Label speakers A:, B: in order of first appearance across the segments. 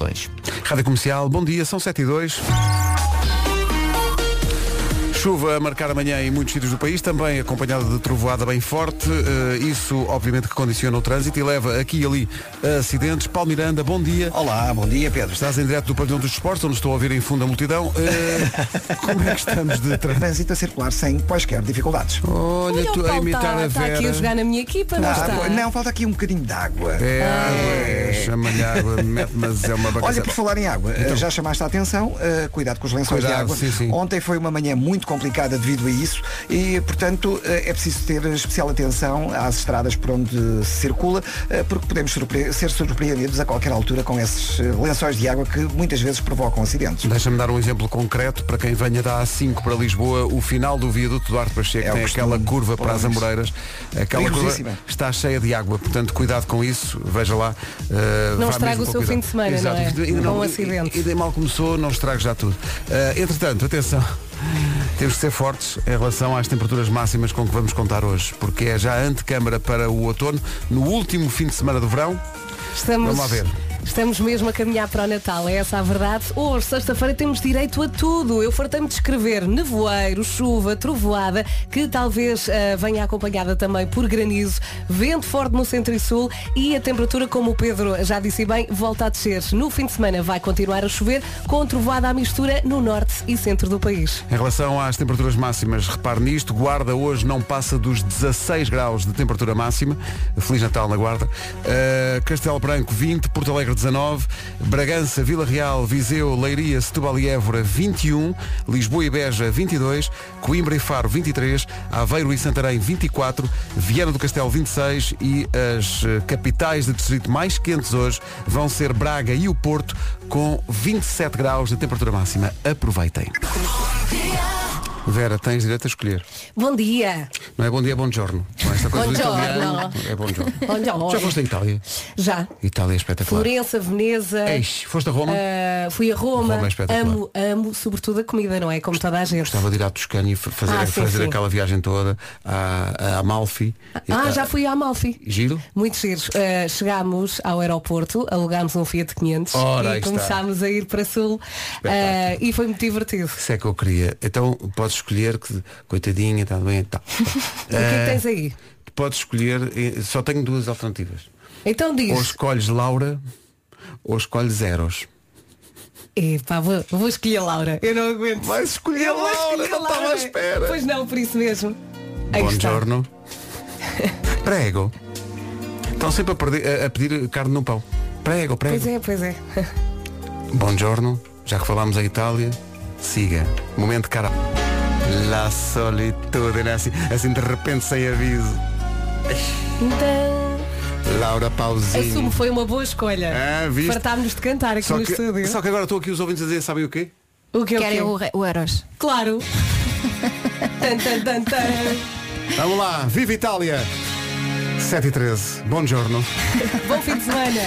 A: mais. Rádio Comercial, bom dia, são 7 e 2. Chuva a marcar amanhã em muitos sítios do país, também acompanhada de trovoada bem forte. Eh, Isso, obviamente, que condiciona o trânsito e leva aqui e ali a acidentes. Paulo Miranda, bom dia.
B: Olá, bom dia Pedro.
A: Estás em direto do Pavilhão dos Esportes, onde estou a ouvir em fundo a multidão. Eh, como é que estamos de trânsito?
B: Trânsito a circular sem quaisquer dificuldades.
A: Olha,
C: Olha, o
A: tu a
C: Paulo
A: imitar
C: está,
A: a
C: está
A: Vera.
C: tá, aqui a jogar na minha equipa, não
B: Ah,
C: está?
B: pô, não, falta aqui um bocadinho de água.
A: É, água, é, chama-lhe água, mete, mas é uma
B: Olha,
A: bagaceira.
B: por falar em água, eh, já chamaste a atenção, eh, cuidado com os lençóis de
A: Então.
B: água.
A: Cuidado, sim, sim.
B: Ontem foi uma manhã muito complicada devido a isso e, portanto, eh, é preciso ter especial atenção às estradas por onde se circula, eh, porque podemos surpre- ser surpreendidos a qualquer altura com esses eh, lençóis de água que muitas vezes provocam acidentes.
A: Deixa-me dar um exemplo concreto para quem venha da A5 para Lisboa, o final do viaduto do Arte Pacheco
B: É o
A: tem
B: costume,
A: aquela curva para as
B: pois.
A: Amoreiras, aquela curva
B: Perigosíssima.
A: está cheia de água, portanto cuidado com isso, veja lá. eh,
C: Não
A: vá
C: estraga
A: mesmo
C: o
A: com
C: seu
A: cuidado.
C: fim de semana,
A: Exato.
C: não é?
A: E- e-
C: Com um
A: e-
C: acidente.
A: E, e mal começou, não estrago já tudo. Eh, entretanto, atenção. Temos que ser fortes em relação às temperaturas máximas com que vamos contar hoje, porque é já a antecâmara para o outono, no último fim de semana do verão.
C: Estamos,
A: Vamos lá ver.
C: Estamos mesmo a caminhar para o Natal, é essa a verdade. Hoje, sexta-feira, temos direito a tudo. Eu fartei-me de escrever nevoeiro, chuva, trovoada, que talvez ah, venha acompanhada também por granizo, vento forte no centro e sul e a temperatura, como o Pedro já disse bem, volta a descer. No fim de semana vai continuar a chover, com trovoada à mistura no norte e centro do país.
A: Em relação às temperaturas máximas, repare nisto, Guarda hoje não passa dos 16 graus de temperatura máxima. Feliz Natal na Guarda. Uh, Castelo Branco 20, Porto Alegre 19, Bragança, Vila Real, Viseu, Leiria, Setúbal e Évora 21, Lisboa e Beja 22, Coimbra e Faro 23, Aveiro e Santarém 24, Viana do Castelo 26 e as eh, capitais de distrito mais quentes hoje vão ser Braga e o Porto com 27 graus de temperatura máxima. Aproveitem. Vera, tens direito a escolher.
C: Bom dia!
A: Não é bom dia, bom giorno. Não é esta coisa do
C: Buongiorno.
A: italiano. É bom giorno.
C: Bom giorno.
A: Já foste à Itália?
C: Já.
A: Itália é espetacular.
C: Florença, Veneza.
A: Eis, foste a Roma?
C: ah, fui a Roma,
A: Roma é espetacular.
C: amo, amo, sobretudo a comida, não é? Como toda a gente.
A: Estava de ir à Toscana e fa- fazer,
C: Ah, sim,
A: fazer
C: sim.
A: aquela viagem toda à, à Amalfi.
C: Ah,
A: E- tá
C: já fui a Amalfi.
A: Giro?
C: Muito giros. Uh, chegámos ao aeroporto, alugámos um Fiat 500
A: Ora, aí
C: e
A: está.
C: começámos a ir para Sul. Uh, e foi muito divertido.
A: Isso é que eu queria. Então podes escolher que coitadinha, está bem, tá. Eh,
C: O que
A: Ah.
C: é que tens aí?
A: Podes escolher, eh, só tenho duas alternativas.
C: Então
A: Ou
C: diz.
A: escolhes Laura ou escolhes Eros.
C: Epá, vou, vou escolher a Laura. Eu não aguento.
A: Vais escolher
C: Eu vou escolher a Laura. Pois não, por isso mesmo. Aí
A: Bom
C: está.
A: giorno. Prego. Estão sempre a, perder- a- a pedir carne no pão. Prego,
C: Pois
A: prego.
C: é, pois é.
A: Bom giorno. Já que falámos em Itália, siga. Momento cara. La solitude, né? assim, assim de repente sem aviso.
C: Então,
A: Laura Pausini.
C: assumo, foi uma boa escolha.
A: Ah, viste?
C: Fartámos-nos de cantar aqui
A: Só
C: no
A: que,
C: estúdio.
A: só que agora estou aqui os ouvintes a dizer, sabem o quê?
C: O que é o
D: Querem
C: quê?
D: o, re- o Eros.
C: Claro. tan, tan, tan, tan.
A: Vamos lá, viva Itália! 7 e 13, bom giorno.
C: Bom fim de semana.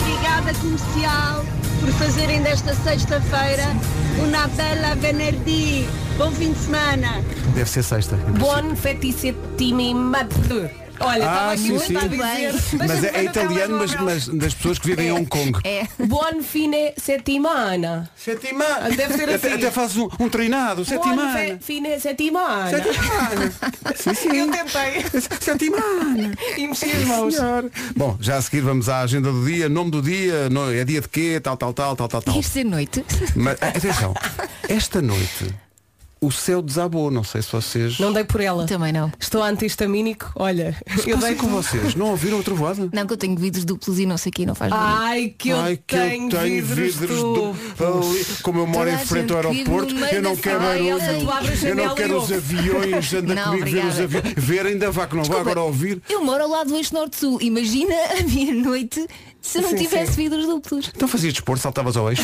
E: Obrigada comercial por fazerem desta sexta-feira uma bela venerdì. Bom fim de semana.
A: Deve ser sexta.
C: Buon fetissimimato. Olha, estava
A: Ah,
C: aqui
A: sim,
C: muito
A: sim.
C: a dizer.
A: Mas
C: Deixa-me
A: é,
C: ver
A: é
C: no
A: italiano, mas,
C: telemóvel.
A: mas das pessoas que vivem em Hong Kong.
D: É.
C: Buon fine settimana.
A: Setimana.
C: Deve ser
A: Até,
C: assim.
A: até fazes um, um
C: Buon
A: treinado.
C: fe-
A: Setimana.
C: fine settimana.
A: Setimana. Sim,
C: Eu
A: sim.
C: tentei.
A: Setimana.
C: E mexi as mãos.
A: Senhor. Bom, já a seguir vamos à agenda do dia, nome do dia, no- é dia de quê, tal, tal, tal, tal, tal, tal.
D: Queres dizer noite?
A: Mas ah, atenção, esta noite o céu desabou, não sei se vocês.
C: Não dei por ela.
D: Também não.
C: Estou antihistamínico. Olha, eu
A: Passei
C: dei
A: com vocês, não ouviram a trovoada?
D: Não, que eu tenho vidros duplos e não sei o que, não faz barulho.
C: Ai, que eu
A: Ai, que
C: tenho,
A: eu tenho
C: vidros,
A: vidros
C: tu.
A: do... ali, Como eu moro
D: Toda
A: em
D: a
A: frente ao
D: gente vive no
A: aeroporto,
D: meio
A: eu não
D: da
A: quero
D: sala.
A: barulho.
D: Elsa, tu
C: abre a
A: Eu não
C: janela
A: quero
C: e
A: os
C: ouve.
A: aviões, anda
D: Não,
A: comigo ver os
D: obrigada.
A: aviões. Ver ainda vá que não vá
D: Desculpa,
A: agora ouvir.
D: Eu moro ao lado do eixo norte-sul. Imagina a minha noite se não
C: Sim,
D: tivesse vidros duplos.
A: Então fazias desporto, saltavas ao eixo.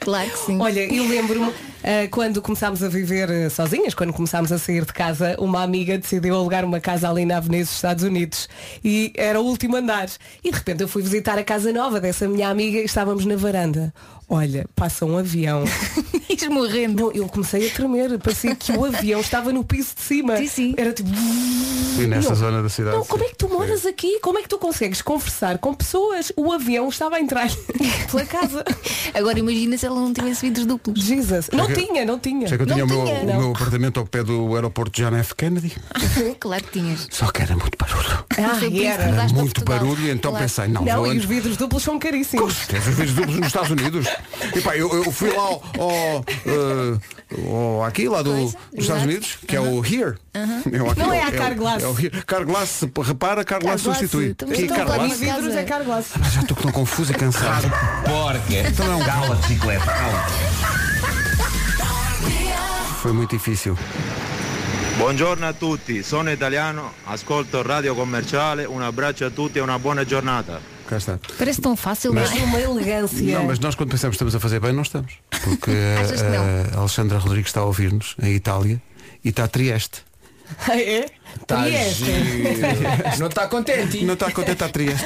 D: Claro que sim.
C: Olha, eu lembro-me ah, quando começámos a viver ah, sozinhas, quando começámos a sair de casa, uma amiga decidiu alugar uma casa ali na Avenida dos Estados Unidos e era o último andar. E de repente eu fui visitar a casa nova dessa minha amiga e estávamos na varanda. Olha, passa um avião.
D: Esmorrendo.
C: Não, eu comecei a tremer, parecia que o avião estava no piso de cima.
D: Sim, sim.
C: Era tipo.
A: Sim, nesta
C: E eu,
A: zona da cidade,
C: Não, como
A: sim.
C: é que tu moras aqui? Como é que tu consegues conversar com pessoas? O avião estava a entrar pela casa.
D: Agora imagina se ela não tivesse vidros duplos.
C: Jesus. Não
A: que-
C: tinha, não tinha.
A: Sei que eu
D: Não
A: tinha, o, meu,
D: tinha,
A: o
D: não.
A: meu apartamento ao pé do aeroporto de John F. Kennedy.
D: claro que tinhas.
A: Só que era muito barulho.
C: Ah,
D: Foi por isso que
C: era.
D: mudaste para
A: muito
D: Portugal.
A: barulho, então
D: Claro.
A: pensei, não,
C: Não,
A: vou
C: e os
A: antes.
C: vidros duplos são
A: Com
C: caríssimos.
A: certeza, os vezes duplos nos Estados Unidos. E pá, eu, eu fui lá ao, ao, eh, ao- aqui, lá do, dos
D: Coisa,
A: Estados
D: exato.
A: Unidos, que é o Here. É o aqui,
C: Não é a
A: o-
C: Carglass.
A: É o Here. Carglass, repara, Carglass
D: Carglass,
A: substitui.
D: também
A: Que
D: estou a
C: Para
D: falar
C: mim,
A: Carglass?
D: disso.
C: vidros é carglaço.
A: Ah, Já estou tão confuso e cansado.
F: Porca.
A: Então é um galo.
F: Cala, bicicleta. Cala.
A: Foi muito difícil.
G: Buongiorno a tutti, sono italiano, ascolto Radio Commerciale, un abbraccio a tutti e una buona giornata.
A: Cá está.
D: Parece tão fácil,
A: Mas-
D: não é?
C: É uma elegância.
A: Não, mas nós quando pensamos que estamos a fazer bem, não estamos. Porque
D: Achas que não?
A: eh, a Alexandra Rodrigues está a ouvir-nos em Itália e está a Trieste.
C: É?
F: Tá
C: E este?
F: giro. Não está contente?
A: Não está contente a Trieste.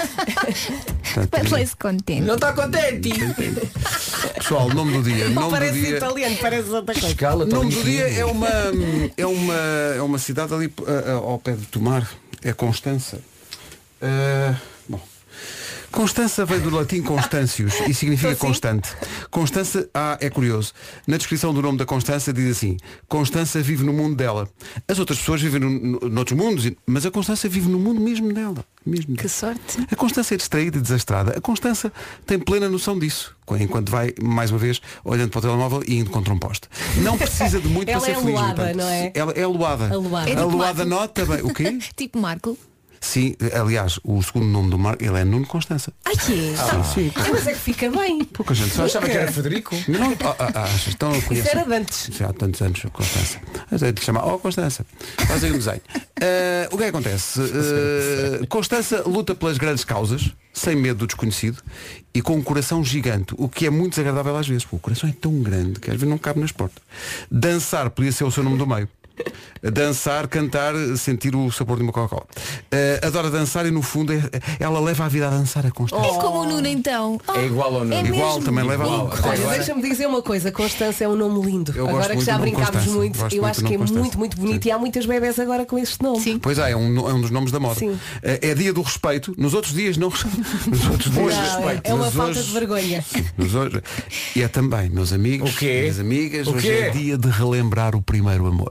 A: Portanto,
D: Parece contente.
F: Não está contente?
A: pessoal, nome do dia.
C: Não
A: Nome do
C: parece
A: dia.
C: italiano, parece outra coisa.
F: Cala,
A: O
F: tá
A: nome
F: bonito.
A: do dia é uma, é uma, é uma cidade ali ah, ah, ao pé de Tomar. É Constança. Ah, bom. Constança veio do latim Constancius e significa
C: Então
A: constante. Constança, ah, é curioso. Na descrição do nome da Constança diz assim, Constança vive no mundo dela. As outras pessoas vivem no, no, noutros mundos, mas a Constança vive no mundo mesmo dela. Mesmo
D: Que sorte.
A: a Constança é distraída e desastrada. A Constança tem plena noção disso, enquanto vai, mais uma vez, olhando para o telemóvel e indo contra um poste. Não precisa de muito
C: Ela
A: para ser
C: é
A: feliz. no
C: aluada,
A: entanto.
C: não é?
A: Ela é aluada.
C: Aluada. É
D: tipo Marco.
A: Aluada nota bem. O quê?
D: Tipo Marco.
A: Sim, aliás, o segundo nome do mar, ele é Nuno Constança.
D: Ai que é?
A: Sim,
C: Ah, Mas é que fica bem.
A: pouca gente
F: Eu
A: sabe.
F: achava que era Federico.
A: Não, não, ah, ah, ah, achas, então eu conheço.
C: Isso era de antes.
A: Já há tantos anos, Constança. Mas é de chamar, oh Constança, faz aí um desenho. Ah, o que é que acontece? Ah, Constança luta pelas grandes causas, sem medo do desconhecido, e com um coração gigante, o que é muito desagradável às vezes, porque o coração é tão grande que às vezes não cabe nas portas. Dançar podia ser o seu nome do meio. Dançar, cantar, sentir o sabor de uma Coca-Cola. Ah, adora dançar e no fundo é- ela leva a vida a dançar a Constança.
D: É como o Nuno então.
C: Oh.
F: É igual ao Nuno.
D: É
A: Igual,
D: mesmo.
A: também leva a
F: Igual.
A: Agora-
C: Olha, deixa-me dizer uma coisa, Constança é um nome lindo.
A: Eu gosto
C: agora que
A: muito
C: já
A: do nome
C: brincámos
A: Constança.
C: muito,
A: Gosto
C: eu
A: muito
C: acho
A: do
C: que é
A: nome Constança.
C: muito, muito bonito
A: Sim.
C: e há muitas bebés agora com este nome.
D: Sim.
A: Pois é, é um, é um dos nomes da moda.
C: Sim.
A: Eh, É dia do respeito. Nos outros dias não. Nos outros dias
C: Não,
A: respeito.
C: é uma
A: Mas
C: falta
A: hoje-
C: de vergonha.
A: Sim, mas hoje- E é também, meus amigos,
F: O quê?
A: minhas amigas,
F: O
A: hoje
F: quê?
A: é dia de relembrar o primeiro amor.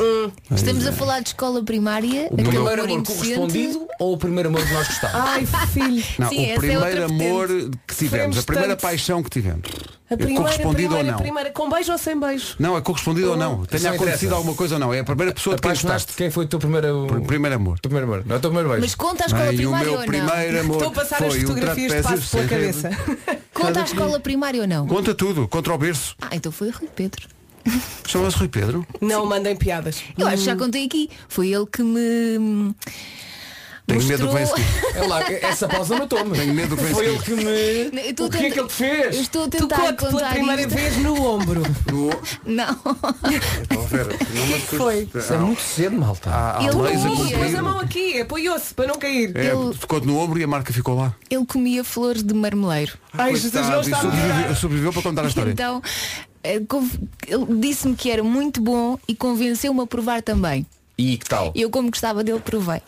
C: Hum.
D: Estamos a falar de escola primária.
F: O
D: aquele
F: primeiro amor
D: indecente.
F: correspondido ou o primeiro amor que nós gostávamos?
C: Ai, filho.
A: Não,
D: Ah, Sim,
A: o
D: essa é
A: primeiro
D: outra
A: amor que tivemos, a
C: Sofremos
A: primeira
C: tanto.
A: paixão que tivemos.
C: A
A: É
C: primeira,
A: correspondido
C: primeira,
A: ou não?
C: primeira, com beijo ou sem beijo?
A: Não, é correspondido ou não.
F: Isso
A: Tenha
F: não
A: acontecido
F: interessa.
A: alguma coisa ou não. É a primeira pessoa de quem
F: Apaixonaste
A: gostaste.
F: quem foi o teu primeiro...
A: Primeiro amor.
F: Teu primeiro amor. Não é o teu primeiro beijo.
D: Mas conta a escola
A: Ai, o
D: primária
A: meu
D: ou não?
A: primeiro amor.
C: Estou a passar as
A: foi um
C: fotografias de passos pela
A: trapézio
C: cabeça.
D: Conta a escola primária ou não?
A: Conta tudo, contra o berço.
D: Ah, então foi o Rui Pedro.
A: Chama-se Rui Pedro.
C: Não mandem piadas.
D: Eu acho que já contei aqui. Foi ele que me.
A: Tenho medo do
D: mostrou...
A: que vem a seguir.
F: É lá, essa pausa matou-me.
A: Tenho medo que venha
F: Foi
A: a
F: ele que
D: Não, eu
F: me...
D: estou
F: O
D: a
F: que é
D: tentar-
F: que ele te
D: Eu
F: fez?
D: estou a
C: Tu
D: tentar
C: cote pela
D: contar
C: primeira
D: isto.
C: vez no ombro.
D: Não.
A: Oh, Vera, não me assustes.
C: Foi.
F: Isso é muito cedo, malta.
A: Ah, Há, há
D: Ele
A: leis a
D: não
A: cumprir.
D: ia.
C: Pôs a mão aqui, apoiou-se para não cair.
A: É,
D: Ele-
A: Ficou no ombro e a marca ficou lá.
D: Ele comia flores de marmeleiro.
C: Ai, Jesus, não
A: Coitado,
C: está
A: e
C: a
A: sobreviveu, sobreviveu para contar a história.
D: Então, eh, conv- ele disse-me que era muito bom e convenceu-me a provar também.
F: E que tal?
D: Eu, como gostava dele, provei.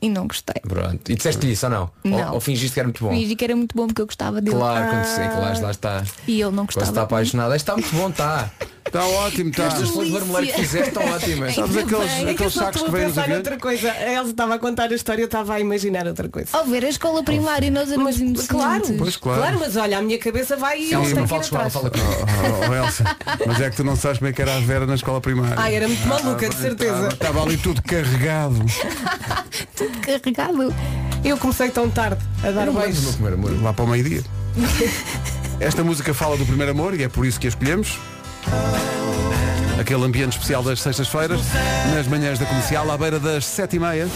D: E não gostei.
F: Pronto. E disseste isso ou não?
D: Não.
F: Ou, ou fingiste que era muito bom?
D: Fingi que era muito bom porque eu gostava dele.
F: Claro, quando se é
C: Ah,
F: que lá, lá
A: Ah,
F: está.
D: E ele não
F: Quando se está
D: gostava.
F: apaixonado. Está muito bom, está.
A: Está ótimo, está.
F: Estas flores de marmelada que fizeste estão ótimas.
A: tá Sabes
D: Ainda
A: aqueles,
D: bem.
C: É que eu
A: aqueles
C: só
A: sacos
C: estou
A: que
C: a
A: vêm nos
C: pensar
A: aviões?
C: noutra coisa. A Elsa estava a contar a história, eu estava a imaginar outra coisa.
D: Ao ver a escola primária, nós éramos
C: Mas
D: inocentes.
C: claro,
A: Pois, claro.
C: claro. mas olha, a minha cabeça vai e
F: Ela
C: eles
F: não
C: têm que ir
F: fala com ela,
C: atrás.
F: fala com
A: Oh, oh, oh, Elsa, mas é que tu não sabes como é que era a Vera na escola primária.
C: Ai, era muito maluca, de certeza.
A: Estava, estava ali tudo carregado.
D: Carregado.
C: Eu comecei tão tarde a dar
F: Mas o meu
C: beijos.
F: primeiro amor.
A: Lá para o meio-dia. Esta música fala do primeiro amor e é por isso que a escolhemos. Aquele ambiente especial das sextas-feiras, nas manhãs da comercial, à beira das sete e meia.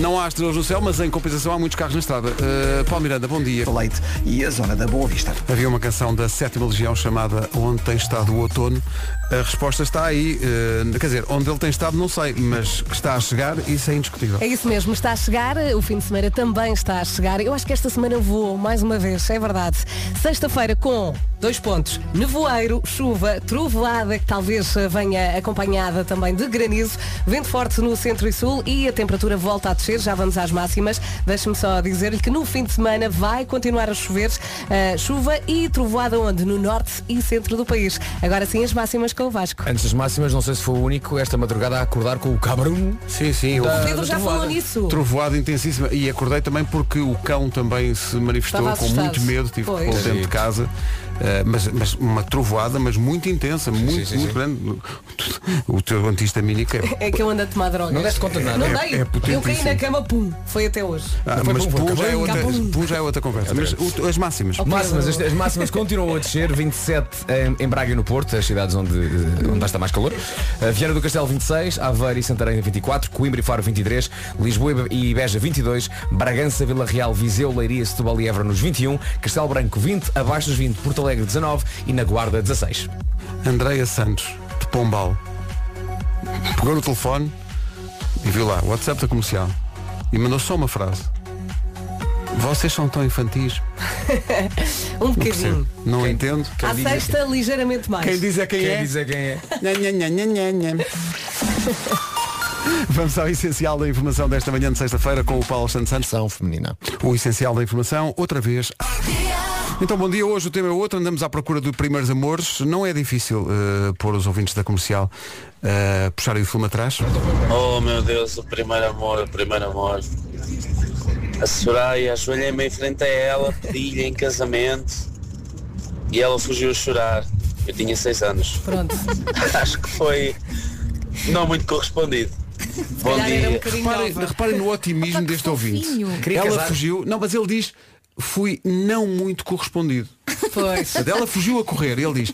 A: Não há estrelas no céu, mas em compensação há muitos carros na estrada. Uh, Paulo Miranda, bom dia.
B: do Leite e a zona da Boa Vista.
A: Havia uma canção da Sétima Legião chamada Onde tem estado o outono. A resposta está aí. eh, quer dizer, onde ele tem estado não sei, mas que está a chegar, isso é indiscutível.
C: É isso mesmo, está a chegar, eh, o fim de semana também está a chegar. Eu acho que esta semana voou, mais uma vez, é verdade. Sexta-feira com dois pontos, nevoeiro, chuva, trovoada, que talvez eh, venha acompanhada também de granizo, vento forte no centro e sul e a temperatura volta a descer, já vamos às máximas. Deixe-me só dizer-lhe que no fim de semana vai continuar a chover, eh, chuva e trovoada onde? No norte e centro do país. Agora sim as máximas com o Vasco.
F: Antes das máximas, não sei se foi o único esta madrugada a acordar com o cabrão.
A: Sim, sim.
F: Da-
A: houve
C: Pedro já falou
F: trovoada.
C: nisso.
A: Trovoada intensíssima. E acordei também porque o cão também se manifestou
C: Estava
A: com
C: assustado.
A: muito medo. Tive que
C: Pois.
A: pôr dentro de casa. Eh, mas, mas uma trovoada, mas muito intensa, muito,
F: sim,
A: muito
F: sim.
A: grande. O teu antihistamínico é
C: É que eu ando a tomar drogas.
F: Não deste conta de nada.
C: Não
F: É-
C: dei.
A: é
C: eu caí na
A: potentíssimo.
C: cama, pum. Foi até hoje. Um
A: Ah,
F: Foi
A: mas
F: bom, foi
A: pum já, é
F: bom.
A: outra,
C: Acabou.
A: pum já é outra conversa. Mas o- as máximas.
F: Máximas, as, as máximas continuam a descer, 27 em, em Braga e no Porto, as cidades onde, eh, onde está mais calor. Eh, Viana do Castelo 26, Aveiro e Santarém 24, Coimbra e Faro 23, Lisboa e Beja 22, Bragança, Vila Real, Viseu, Leiria, Setúbal e Évora nos 21, Castelo Branco 20, abaixo dos 20, Porto Alegre 19 e na Guarda 16.
A: Andreia Santos, de Pombal, pegou no telefone e viu lá, WhatsApp da comercial, e mandou só uma frase. Vocês são tão infantis.
C: Um
A: Percebo.
C: bocadinho.
A: Não entendo.
C: À sexta, ligeiramente mais.
A: Quem diz é quem, é.
F: dizer é quem é?
A: Nha, nha, nha, nha, nha, nha. Vamos ao essencial da informação desta manhã de sexta-feira com o Paulo Santos Santos.
H: São feminina.
A: O essencial da informação, outra vez. Então, bom dia. Hoje o tema é outro. Andamos à procura de primeiros amores. Não é difícil eh, pôr os ouvintes da comercial eh, puxarem o filme atrás.
I: Oh meu Deus, o primeiro amor, o primeiro amor. A Soraya, ajoelhei-me em frente a ela, pedi-lhe em casamento e ela fugiu a chorar. Eu tinha seis anos.
C: Pronto.
I: Acho que foi não muito correspondido. Bom
C: Já era um
I: dia.
C: bocadinho
A: Reparem,
C: nova.
A: reparem no otimismo
D: Opa, que
A: deste ouvinte.
D: fofinho.
F: Queria
A: ela
F: casar.
A: fugiu. Não, mas ele diz, fui não muito correspondido.
C: Pois.
A: Portanto, Ela fugiu a correr. Ele diz,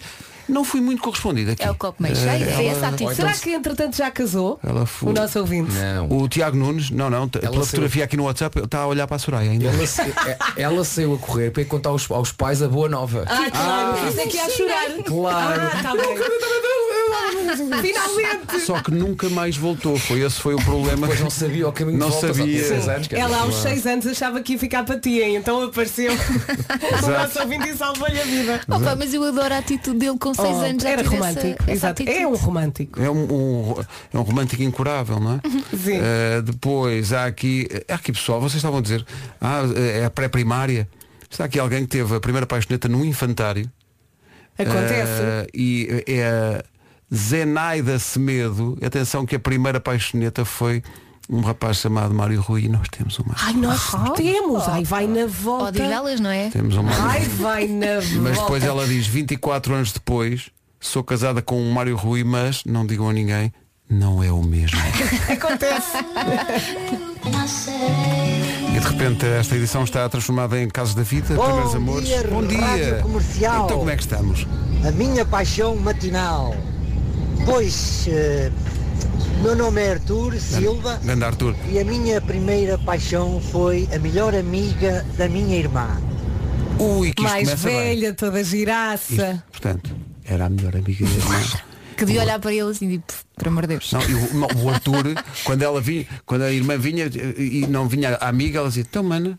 A: não fui muito correspondido aqui. Eh,
D: É o copo meio cheio, é essa
A: então
D: atitude.
C: Será que entretanto já casou?
A: Ela foi-
C: O nosso ouvinte.
F: Não.
A: O Tiago Nunes, não, não, t-
F: Ela
A: pela
F: saiu-
A: fotografia aqui no WhatsApp, está a olhar para a Soraya ainda.
F: Ela, sa- eh, ela saiu a correr para ir contar aos, aos pais a boa nova.
C: Ah, claro. Isso aqui a chorar.
F: Claro.
C: Ah, tá bem.
A: Ah.
C: Finalmente.
A: Só que nunca mais voltou. Foi esse foi o problema.
F: Depois não sabia o caminho
A: Não
F: de volta, só tinha
A: sabia.
F: seis anos, quer dizer,
C: Ela é um aos
F: não-
C: 6 anos achava que ia ficar para ti, hein? então apareceu o nosso ouvinte e salvou-lhe a vida. Oh,
D: Opa, mas eu adoro a atitude dele com 6 anos já
C: Era
D: tive
C: romântico.
D: Essa, essa
C: Exato.
D: atitude.
C: É um romântico. Uhum.
A: É um, um- é um romântico incurável, não é?
C: Sim.
A: Eh, depois há aqui. Há aqui pessoal, vocês estavam a dizer, ah, é a pré-primária. Está aqui alguém que teve a primeira paixoneta no infantário.
C: Acontece.
A: Eh, e é a Zenaida Semedo. Atenção que a primeira paixoneta foi um rapaz chamado Mário Rui e nós temos uma.
C: Ai, nós temos. Ai, vai na
D: Ou diz
C: volta.
D: elas, não é?
A: Temos um Mário
C: Ai,
A: Rui.
C: vai na volta.
A: Mas depois ela diz, 24 anos depois, sou casada com o Mário Rui, mas não digam a ninguém, não é o mesmo.
C: Acontece.
A: E de repente esta edição está transformada em Casos da Vida, Primeiros Amores. Bom dia!
J: Comercial.
A: Então como é que estamos?
J: A minha paixão matinal. Pois, eh, meu nome é Artur Silva
A: Ganda Arthur.
J: e a minha primeira paixão foi a melhor amiga da minha irmã.
A: Ui, que isto
C: Mais
A: começa bem.
C: velha, toda giraça.
A: Isto, portanto, era a melhor amiga da irmã.
D: Que de olhar para ele assim, tipo, por amor de Deus.
A: Não, e o, não, o Arthur, quando ela vinha, quando a irmã vinha e não vinha a amiga, ela dizia, então mana,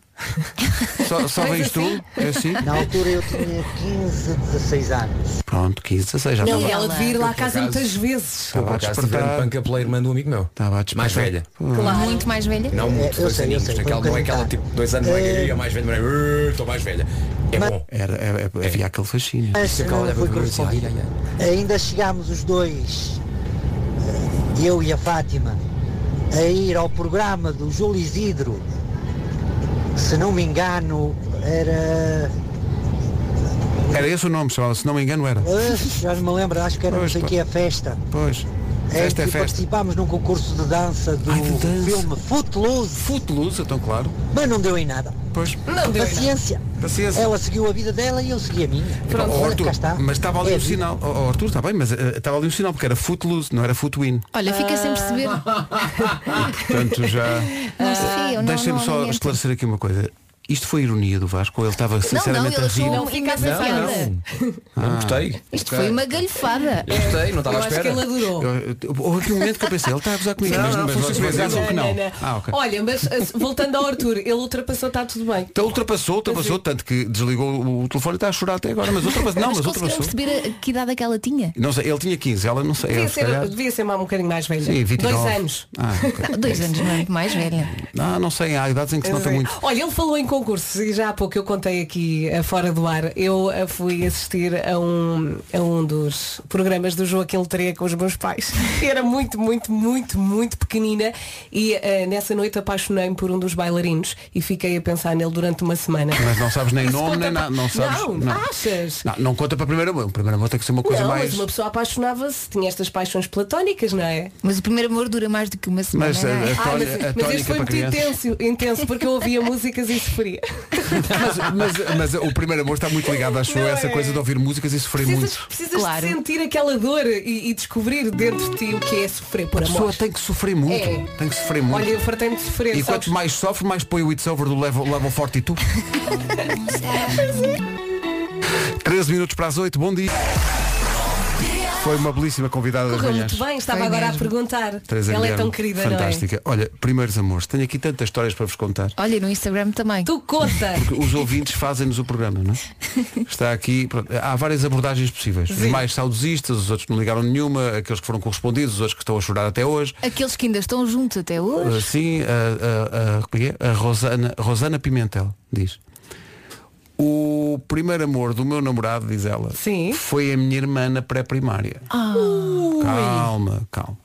A: só, só
C: Mas
A: vens
C: assim?
A: tu? É assim?
J: Na altura eu tinha 15, 16 anos.
A: Pronto, 15, 16, já
C: Não,
A: estava.
C: e ela devia ir lá à casa
F: por acaso-
C: muitas vezes.
A: Estava a
F: Por acaso tive
A: despertar.
F: um panca pela irmã de um amigo meu.
A: Estava a despertar.
F: Mais velha.
D: Muito mais velha.
F: Não
J: É,
F: muito,
J: eu
F: dois
J: sei, eu
F: aninhos.
J: sei, foi um
F: Aquela, não é
J: bocadinho
F: aquela
J: tarde.
F: tipo dois anos, não é que
J: É.
F: a mais velha, não é, "Uh, estou mais velha. É bom.
A: Era, era- era- É, havia aquele fascínio.
J: Mas
F: Aquela
J: não
F: olhava
J: foi
F: para mim e dizia, "Ai,
J: correspondido.
F: ai, ai."
J: Ainda chegámos os dois, eh, eu e a Fátima, a ir ao programa do Júlio Isidro. Se não me engano, era
A: Era esse o nome, chamava, se não me engano era.
J: Ah, eh, já não me lembro, acho que era não
A: Pois,
J: sei
A: pá.
J: que a festa.
A: Pois. Festa é
J: em que
A: festa.
J: participámos num concurso de dança do
A: Ai, de dança.
J: filme Footloose,
A: Footloose, então claro.
J: mas não deu em nada.
A: Pois.
C: Não deu.
J: Paciência.
A: Paciência.
J: Ela seguiu a vida dela e eu segui a minha.
A: Ó,
J: Olha,
A: Então, Arthur,
J: cá está.
A: mas estava ali
J: É
A: um
J: vida.
A: sinal. Ó, ó, Arthur, está bem, mas eh, estava ali um sinal, porque era footloose, não era footwin.
D: Olha, fica sem perceber.
A: Portanto, já.
D: Não se fiam, não,
A: Deixa-me
D: não
A: só
D: alimentam.
A: esclarecer aqui uma coisa. Isto foi ironia do Vasco, ou ele estava
D: Não, não,
A: sinceramente
D: ele
A: a rir.
D: achou
C: Não
D: uma
C: fica
D: engraçada.
F: Não.
A: Ah,
F: Não gostei.
D: Isto foi uma galhofada.
F: Eu gostei, não estava à
C: Eu acho que
F: espera.
C: ele adorou.
A: Eu- eu- Houve aqui um momento que eu pensei, ele está a gozar comigo,
F: Não,
A: mas,
F: não,
A: mas
F: foi
A: vocês
F: surpresa.
A: pensaram que
C: Não,
A: não.
C: não.
A: Ah, ok.
C: Olha, mas eh, voltando ao Arthur, ele ultrapassou, está tudo bem.
A: Então ultrapassou, ultrapassou, tanto que desligou o telefone e está a chorar até agora, mas ultrapassou. Não, mas
D: mas conseguiram
A: ultrapassou.
D: perceber a, que idade é que ela tinha?
A: Não sei, ele tinha 15, ela não sei.
C: Devia
A: ela, se calhar-
C: ser, devia ser um bocadinho mais velho.
A: Sim, 29.
C: Dois anos.
A: Ah, ok.
D: Não, dois anos, não é? Mais velha.
A: Ah, não sei, há idades em que se nota muito.
C: Olha, ele falou em concursos e já há pouco eu contei aqui eh, fora do ar. Eu eh, fui assistir a um, a um dos programas do Joaquim Letreia com os meus pais. Era muito, muito, muito, muito pequenina e eh, nessa noite apaixonei-me por um dos bailarinos e fiquei a pensar nele durante uma semana.
A: Mas não sabes nem
C: Isso
A: nome,
C: conta
A: nem
C: pa-
A: nada. Não sabes.
C: Não, achas?
A: Não, não conta para primeiro amor. O primeiro amor tem que ser uma coisa
C: não,
A: mais.
C: mas uma pessoa apaixonava-se, tinha estas paixões platónicas, não é?
D: Mas o primeiro amor dura mais do que uma semana.
A: Mas,
D: não
A: eh,
D: é?
A: a-
C: Ah,
A: Tónica-
C: mas,
A: a
C: mas
A: tónica
C: este foi
A: para
C: muito
A: crianças.
C: intenso, intenso, porque eu ouvia músicas e sofria.
A: Mas, mas- mas o primeiro amor está muito ligado, acho eu,
C: Não
A: a essa
C: é?
A: coisa de ouvir músicas e sofrer
C: Precisas,
A: muito.
C: precisas de
D: Claro.
C: sentir aquela dor e, e descobrir dentro de ti o que é sofrer por
A: A pessoa
C: amor.
A: tem que sofrer muito.
C: É.
A: Tem que sofrer muito.
C: Olha, eu fartei-me de sofrer.
A: e
C: sabes?
A: quanto mais sofre, mais põe o It's Over do level, level 42. 13 minutos para as 8, bom dia. Foi uma belíssima convidada das
C: Correu
A: manhãs.
C: muito bem, estava
D: Foi
C: agora a
D: mesmo.
C: perguntar.
A: Teresa
C: Ela é
A: Guilherme,
C: tão querida,
A: Fantástica. Olha, primeiros amores, tenho aqui tantas histórias para vos contar.
D: Olha, no Instagram também.
C: não é? Tu conta.
A: Porque os ouvintes fazem-nos o programa, não é? Está aqui, pronto, há várias abordagens possíveis. Os mais saudosistas, os outros que não ligaram nenhuma, aqueles que foram correspondidos, os outros que estão a chorar até hoje. Ah,
D: Aqueles que ainda estão juntos até hoje.
A: Sim, a, a- a- como é que é? A Rosana, Rosana Pimentel diz. O primeiro amor do meu namorado, diz ela,
C: Sim.
A: foi a minha irmã na pré-primária.
D: Ah.
A: Calma, calma.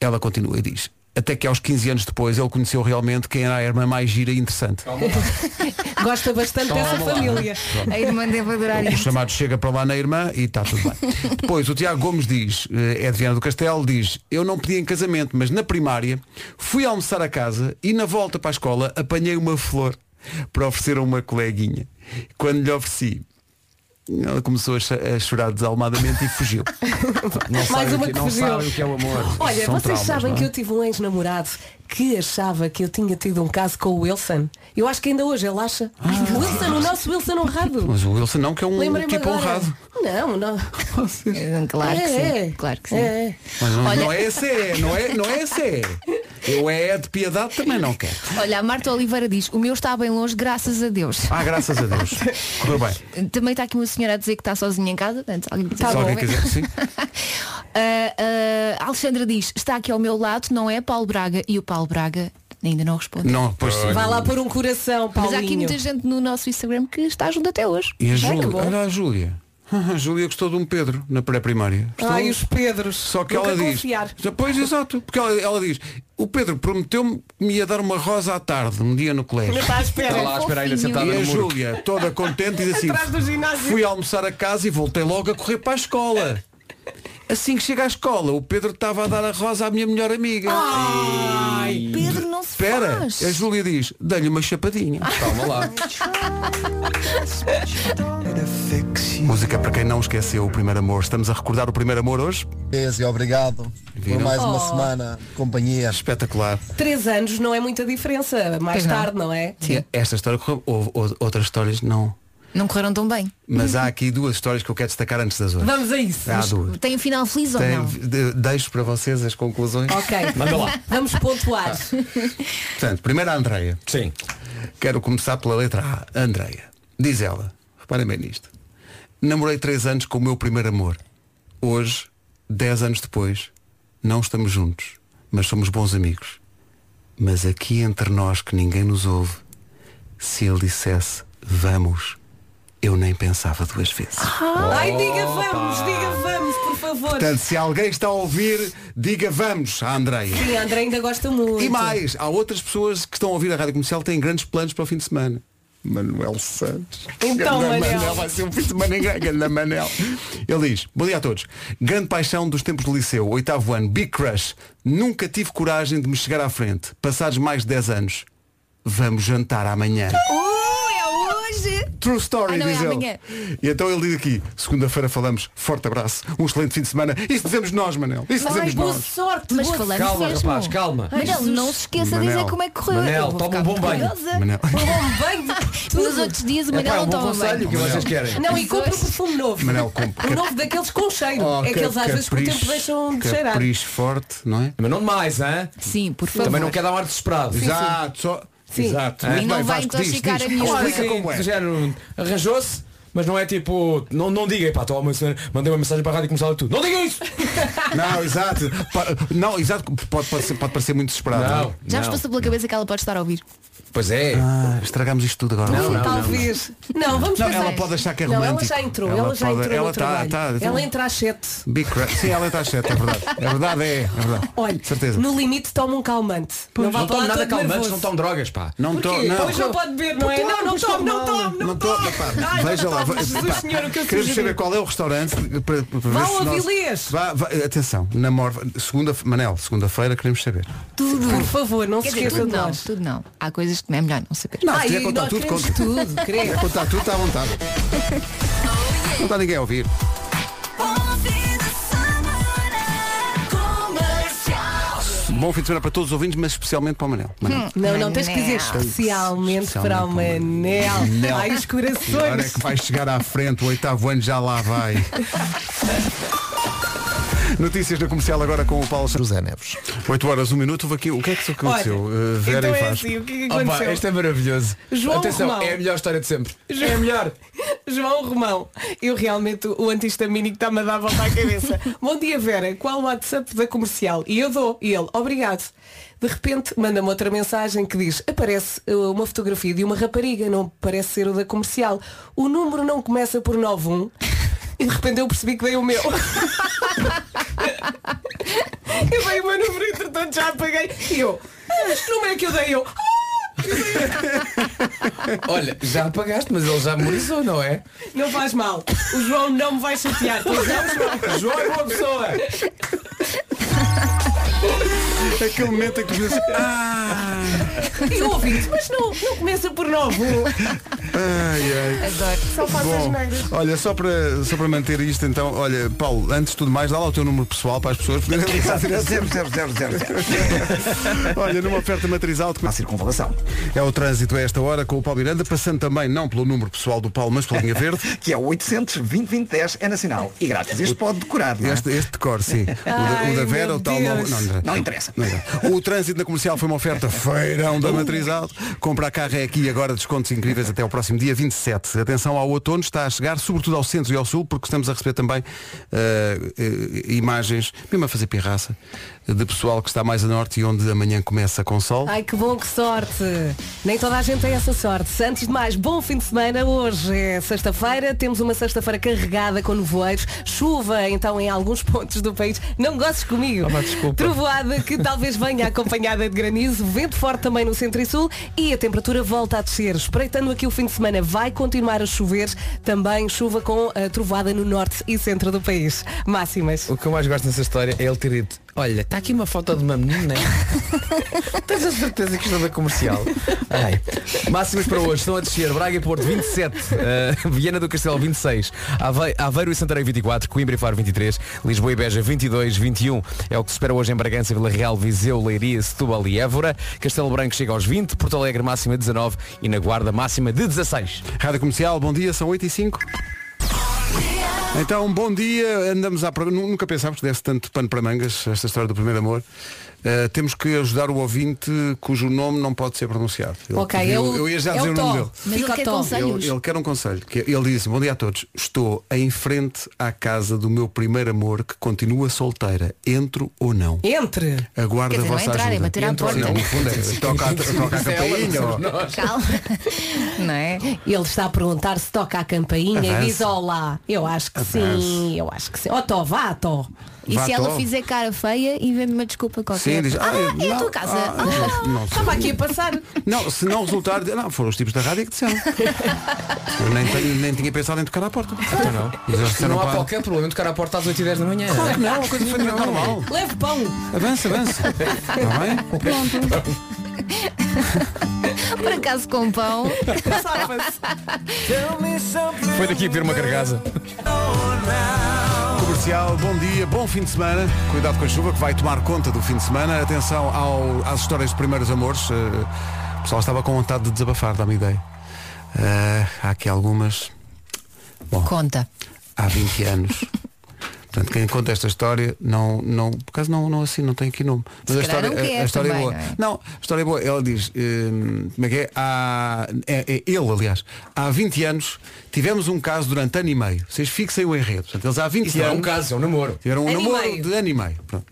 A: Ela continua e diz. Até que aos 15 anos depois ele conheceu realmente quem era a irmã mais gira e interessante.
C: Gosta bastante dessa família.
D: A irmã deve adorar
A: O
D: isso.
A: chamado chega para lá na irmã e está tudo bem. Depois o Tiago Gomes diz, eh, é de Viana do Castelo, diz, eu não pedi em casamento, mas na primária fui almoçar a casa e na volta para a escola apanhei uma flor para oferecer a uma coleguinha. Quando lhe ofereci, ela começou a cho- a chorar desalmadamente e fugiu.
F: Não
C: Mais
F: sabem
C: uma
F: o que,
C: que
F: não
C: fugiu.
F: sabem o que é o amor.
C: Olha,
A: São
C: vocês
A: traumas,
C: sabem
A: não é?
C: que eu tive um ex-namorado que achava que eu tinha tido um caso com o Wilson. Eu acho que ainda hoje ele acha. O Wilson, o nosso Wilson honrado.
A: Mas o Wilson não, que é um
C: Lembrei-me
A: tipo
C: agora.
A: honrado.
C: Não, não.
D: Claro que
C: É,
D: sim.
C: é.
D: Claro que sim.
C: É, é.
A: Mas não,
D: Olha-
A: não é esse, é, não é, não é esse. é. Eu é de piedade também não quero.
D: Olha, a Marta Oliveira diz, o meu está bem longe, graças a Deus.
A: Ah, graças a Deus. Correu bem.
D: Também está aqui uma senhora a dizer que está sozinha em casa. Portanto, alguém
C: Tá
A: Se alguém
D: bom.
A: quiser, sim.
D: Ah, ah, Alexandra diz, está aqui ao meu lado, não é Paulo Braga. E o Paulo Braga ainda não responde.
A: Não, pois sim.
C: Vai lá pôr um coração,
D: Mas há aqui
C: Paulinho.
D: muita gente no nosso Instagram que está junto até hoje.
A: E a
D: Já
A: Júlia,
D: acabou.
A: olha a Júlia. A Júlia gostou de um Pedro na pré-primária.
C: Ai,
A: Gostou?
C: os Pedros.
A: Só que
C: Nunca
A: ela diz.
C: confiar.
A: Pois exato, porque ela, ela diz, o Pedro prometeu-me que me ia dar uma rosa à tarde, um dia no
C: Não
A: colégio.
C: está à espera.
F: Está lá à espera ainda
D: Fofinho.
F: sentada
A: E
F: no
A: a
F: muro.
A: Júlia, toda contente, diz assim,
C: Atrás do ginásio.
A: fui almoçar a casa e voltei logo a correr para a escola. Assim que chega à escola, o Pedro estava a dar a rosa à minha melhor amiga.
D: Pedro não se
A: Espera,
D: faz.
A: a Júlia diz, dei-lhe uma chapadinha.
F: Calma lá.
A: Música para quem não esqueceu o primeiro amor. Estamos a recordar o primeiro amor hoje.
H: E obrigado
A: Viram?
H: por mais uma
C: Oh.
H: semana de companhia.
A: Espetacular.
C: Três anos não é muita diferença. Mais
D: Pois não.
C: tarde, não é?
A: E Esta história correu, houve ou- outras histórias não.
D: Não correram tão bem.
A: Mas há aqui duas histórias que eu quero destacar antes das outras.
C: Vamos a isso.
A: Há duas.
D: Tem um final feliz ou
A: Tem-
D: não?
A: de- deixo para vocês as conclusões.
C: Ok.
F: Manda lá.
C: Vamos pontuar.
A: Portanto, primeiro a Andreia.
F: Sim.
A: Quero começar pela letra A. Andreia. Diz ela, reparem bem nisto. Namorei três anos com o meu primeiro amor. Hoje, dez anos depois, não estamos juntos, mas somos bons amigos. Mas aqui entre nós que ninguém nos ouve, se ele dissesse vamos, eu nem pensava duas vezes.
C: Ah. Ai, diga vamos, diga vamos, por favor.
A: Portanto, se alguém está a ouvir, diga vamos à Andreia.
C: Sim, a André ainda gosta muito.
A: E mais, há outras pessoas que estão a ouvir a Rádio Comercial que têm grandes planos para o fim de semana. Manuel Santos.
C: Então,
A: Ganda
C: Manel.
A: Vai ser um fim de semana engano na Manel. Ele diz, bom dia a todos. Grande paixão dos tempos do liceu, oitavo ano, Big Crush. Nunca tive coragem de me chegar à frente. Passados mais de 10 anos. Vamos jantar amanhã.
D: Uh, é hoje!
A: True story,
D: Ah, não, é
A: diz ele.
D: amanhã.
A: E então ele diz aqui, segunda-feira falamos, forte abraço, um excelente fim de semana. Isso dizemos nós, Manel. Isso
C: Ai,
K: é
A: dizemos
C: boa
A: nós.
C: sorte,
D: Mas
C: boa
D: é falamos
F: Calma,
D: mesmo.
F: rapaz, calma.
D: Mas ele não se esqueça de dizer
A: Manel.
D: como é que correu.
F: Manel,
D: Eu vou
F: toma
D: ficar
F: um bom
D: muito
F: banho.
D: curiosa.
A: Manel.
C: um Bom, bem de
D: Nos
C: tudo.
D: outros dias o
F: É
D: Manel
F: pá, é
D: não
F: um bom
D: toma
F: conselho,
D: banho.
F: o que vocês querem?
C: Não, e compra um perfume novo.
A: Manel, compra.
C: Um novo daqueles com cheiro.
A: Oh,
C: é que eles às vezes por
A: capricho-
C: tempo deixam de cheirar.
A: Capricho forte, não é?
F: Mas não demais, hein?
D: Sim, por favor.
F: Também não quer dar um ar desesperado.
A: Exato, só.
C: Sim.
A: Exato.
F: E
A: Muito
D: não
A: bem,
D: vai
A: Vasco, diz,
D: intoxicar
A: diz.
D: a miúda.
A: Explica
F: Sim,
A: como é.
F: do género, Arranjou-se, mas não é tipo. Não, não diga, pá, estou a uma semana, mandei uma mensagem para a rádio e começava tudo. Não diga isso!
A: Não, exato. Pa- Não, Oh, exato. Pode, pode, ser- pode parecer muito desesperado. não é?
D: Já vos passou pela cabeça que ela pode estar a ouvir.
F: Pois é.
A: Ah, estragamos isto tudo agora.
C: Hum, talvez. Não, vamos
A: Não,
C: fazer.
A: ela pode achar que é
C: Não, ela
A: romântico.
C: já entrou, ela,
A: Ela
C: já
A: pode-
C: entrou no
A: ela tá-
C: trabalho.
A: tá-
C: ela entra às 7.
A: Big crap. Sim, ela está certa, é verdade. É verdade, é. é verdade.
C: Olha,
A: Certeza.
C: no limite toma um calmante.
F: Não,
C: vá
F: não
C: para lá
F: tomo nada
C: todo
F: calmantes,
C: nervoso.
F: não tomo drogas, pá.
A: Não estou.
C: Porquê? Pois não
A: Não.
C: pode beber, não é?
A: Não
C: Não, não
A: tomo,
C: tomo, não
A: não.
C: tomo, não
A: Não tomo,
C: tomo.
A: epá,
C: Ai, não
A: veja lá,
C: tomo.
A: vai-
C: Jesus
A: epá,
C: senhor, o que eu
A: Queremos
C: sugeri?
A: saber qual é o restaurante para, para ver
C: Vá
A: se
C: ao
A: nós-
C: Avilés.
A: Vá, vá, atenção, na morva, segunda, Manel, segunda-feira queremos saber.
D: Tudo.
C: Por favor, não se
D: Quer dizer,
C: esqueça
D: tudo
C: de
D: não,
C: nós.
D: tudo não. Há coisas que é melhor não saber.
A: Não, se
C: Ai,
A: quiser contar
C: nós
A: tudo,
C: queremos
A: conta.
C: tudo,
A: Quer
C: queremos.
A: contar tudo, está à vontade. Não está ninguém a ouvir. Bom fim de semana para todos os ouvintes, mas especialmente para o Manel. Manel.
C: Não, não, tens que dizer
D: Manel.
C: especialmente para o Manel.
A: Manel.
C: Ai, os
A: Agora
C: corações.
A: é que vai chegar à frente, o oitavo ano já lá vai. Notícias da comercial agora com o Paulo José Neves. 8 horas, 1 minuto, houve aqui. O que é que isso aconteceu?
C: Olha,
F: eh,
A: Uh, Vera
C: então
A: e
C: é
A: Vasco.
C: assim, o que é que
F: Opa,
C: aconteceu?
F: este é maravilhoso.
C: João
F: Atenção,
C: Romão.
F: é a melhor história de sempre. É a melhor.
C: João Romão, eu realmente o antihistamínico está-me a dar a volta à cabeça. Bom dia, Vera. Qual o WhatsApp da comercial? E eu dou. E ele, obrigado. De repente, manda-me outra mensagem que diz aparece uh, uma fotografia de uma rapariga, não parece ser o da comercial. O número não começa por 91. E de repente eu percebi que dei o meu. eu dei o meu número, entretanto já apaguei. E eu, "Ah, mas que número é que eu dei? Eu, Ah,
F: Olha, já apagaste, mas ele já memorizou, não é?
C: Não faz mal. O João não me vai chatear. Pois não, João.
F: João é boa pessoa.
A: Aquele momento em que diz ah,
C: E o ouvinte, mas não, não começa por novo.
A: ai, ai.
D: Adoro.
C: Só faz as
A: Bom,
C: neiras.
A: olha, só para, só para manter isto, então, olha, Paulo, antes de tudo mais, dá lá o teu número pessoal para as pessoas poderem ligar.
B: Zero, zero, zero, zero, zero.
A: Olha, numa oferta matriz alto.
B: À circunvalação,
A: É o trânsito a esta hora com o Paulo Miranda, passando também não pelo número pessoal do Paulo, mas pela linha verde.
B: que é o 800 20 20 10, é nacional e grátis. Este pode decorar, não é?
A: Este, este decor, sim. O da, o
C: Ai,
A: da Vera,
C: meu
A: o tal não,
C: Deus.
A: não,
B: Não interessa.
A: Não dá. O trânsito na comercial foi uma oferta feirão da Matriz Alto. Comprar carro é aqui e agora descontos incríveis até ao próximo dia 27. Atenção ao outono, está a chegar, sobretudo ao centro e ao sul, porque estamos a receber também eh, eh, imagens, mesmo a fazer pirraça, de pessoal que está mais a norte e onde amanhã começa com sol.
C: Ai, que bom, que sorte. Nem toda a gente tem essa sorte. Antes de mais, bom fim de semana. Hoje é sexta-feira. Temos uma sexta-feira carregada com nevoeiros. Chuva, então, em alguns pontos do país. Não gostes comigo.
F: pá, Ah, desculpa.
C: Trovoada que talvez venha acompanhada de granizo. Vento forte também no centro e sul. E a temperatura volta a descer. Espreitando aqui o fim de semana, vai continuar a chover. Também chuva com a trovoada no norte e centro do país. Máximas.
F: O que eu mais gosto nessa história é ele ter dito Olha, está Tá aqui uma foto de uma menina Tens a certeza que isto é da comercial? Ai. Máximas para hoje estão a descer Braga e Porto 27 eh, Viena do Castelo 26 Ave- Aveiro e Santarém 24 Coimbra e Faro 23 Lisboa e Beja 22 21 É o que se espera hoje em Bragança, Vila Real, Viseu, Leiria, Setúbal e Évora Castelo Branco chega aos 20 Porto Alegre máxima 19 E na Guarda máxima de 16
A: Rádio Comercial, bom dia, são 8 e 5. Então, bom dia, andamos à pro- Nu- Nunca pensámos que desse tanto pano para mangas, esta história do primeiro amor. Uh, temos que ajudar o ouvinte cujo nome não pode ser pronunciado. Ele
C: Ok, é
A: pediu-
C: o-
A: eu ia já
C: é
A: dizer
C: o
A: o, nome
C: Tó.
A: dele.
D: Mas ele
C: Fica
D: quer
C: tom.
D: conselhos.
A: Ele, ele quer um conselho. Que ele disse, bom dia a todos, estou em frente à casa do meu primeiro amor que continua solteira, entro ou não.
C: Entre.
A: Aguardo
D: Quer dizer,
A: a
D: não é
A: vossa
D: entrar, é
A: ajuda.
D: bater à
A: Entro ou
D: porta.
A: não, no fundo é- toca a, toca a campainha. ó.
D: Calma. não é?
C: Ele está a perguntar se toca a campainha
A: Avança.
C: e diz olá. Eu acho que
A: Avança.
C: sim, eu acho que sim. Ó Tó, vá, Tó.
D: E
A: Vá
D: se ela
A: tó.
D: fizer cara feia, inventa uma desculpa qualquer.
A: Então. Sim, diz,
D: ah,
A: "Ai,
D: é a
A: não,
D: tua casa.
A: ah,
D: Ah,
A: não, não,
D: estava aqui a passar.
A: Não, se não resultar, não, foram os tipos da rádio que disseram. Eu nem, tenho- nem tinha pensado em tocar à porta. Então não.
F: Não há qualquer problema em tocar à porta às 8 e 10 da manhã.
A: Claro que não, é uma coisa foi normal.
C: Leve pão.
A: Avança, avança. é? Está bem?
D: Por acaso com pão.
F: Foi daqui a ver uma cargaza.
A: Comercial, bom dia, bom fim de semana. Cuidado com a chuva que vai tomar conta do fim de semana. Atenção ao- às histórias de primeiros amores. Eh, o pessoal estava com vontade de desabafar, dá-me ideia. Eh, há aqui algumas.
D: Conta.
A: Há 20 anos. Portanto, quem conta esta história, não, não, por acaso não, não assim, não tem aqui nome.
D: Se
A: a
D: calhar
A: história,
D: não quer
A: a, a história
D: também,
A: é boa.
D: não é?
A: Não, a história é boa. Ela diz, hum, como é que é? Há, é, é ele, aliás, há 20 anos tivemos um caso durante ano e meio. Vocês fixem o enredo. Portanto, eles há 20
F: Isso não é
A: anos.
F: um caso, é um namoro.
A: Tiveram um
C: Ano e
A: namoro
C: meio.
A: de ano e meio. Pronto.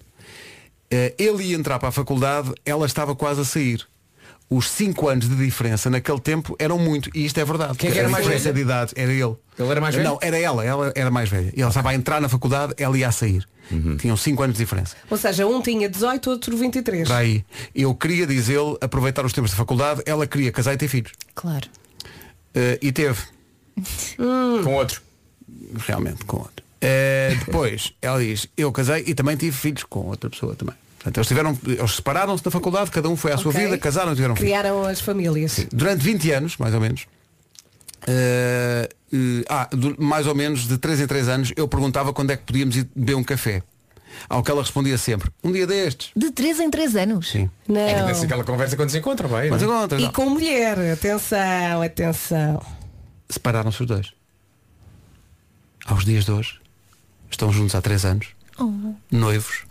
A: Eh, Ele ia entrar para a faculdade, ela estava quase a sair. Os 5 anos de diferença naquele tempo eram muito, e isto é verdade.
F: Quem é
A: porque
F: que era
A: a
F: mais
A: diferença
F: velha?
A: de idade era ele.
F: Ele era mais velho?
A: Não, é- era ela, ela era mais velha. Ela estava a entrar na faculdade, ela ia a sair.
F: Uhum.
A: Tinham 5 anos de diferença.
C: Ou seja, um tinha 18, outro 23.
A: Para aí, eu queria, diz ele, aproveitar os tempos da faculdade, ela queria casar e ter filhos.
D: Claro.
A: Eh, e teve.
F: Com outro.
A: realmente com outro. Eh, depois, ela diz, eu casei e também tive filhos com outra pessoa também. Portanto, eles tiveram, eles separaram-se da faculdade, cada um foi à sua
C: Ok.
A: vida, casaram e tiveram filhos.
C: Criaram as famílias.
A: Durante 20 anos, mais ou menos, eh, eh, ah, du- mais ou menos de 3 em 3 anos, eu perguntava quando é que podíamos ir beber um café. Ao que ela respondia sempre, um dia destes.
D: De 3 em 3 anos.
A: Sim.
C: Não.
F: É que desse aquela conversa quando se encontra, vai.
A: Mas
F: não é?
A: encontras,
C: E
A: não.
C: com mulher, atenção, atenção.
A: Separaram-se os dois. Aos dias de hoje, estão juntos há 3 anos,
C: Oh.
A: noivos,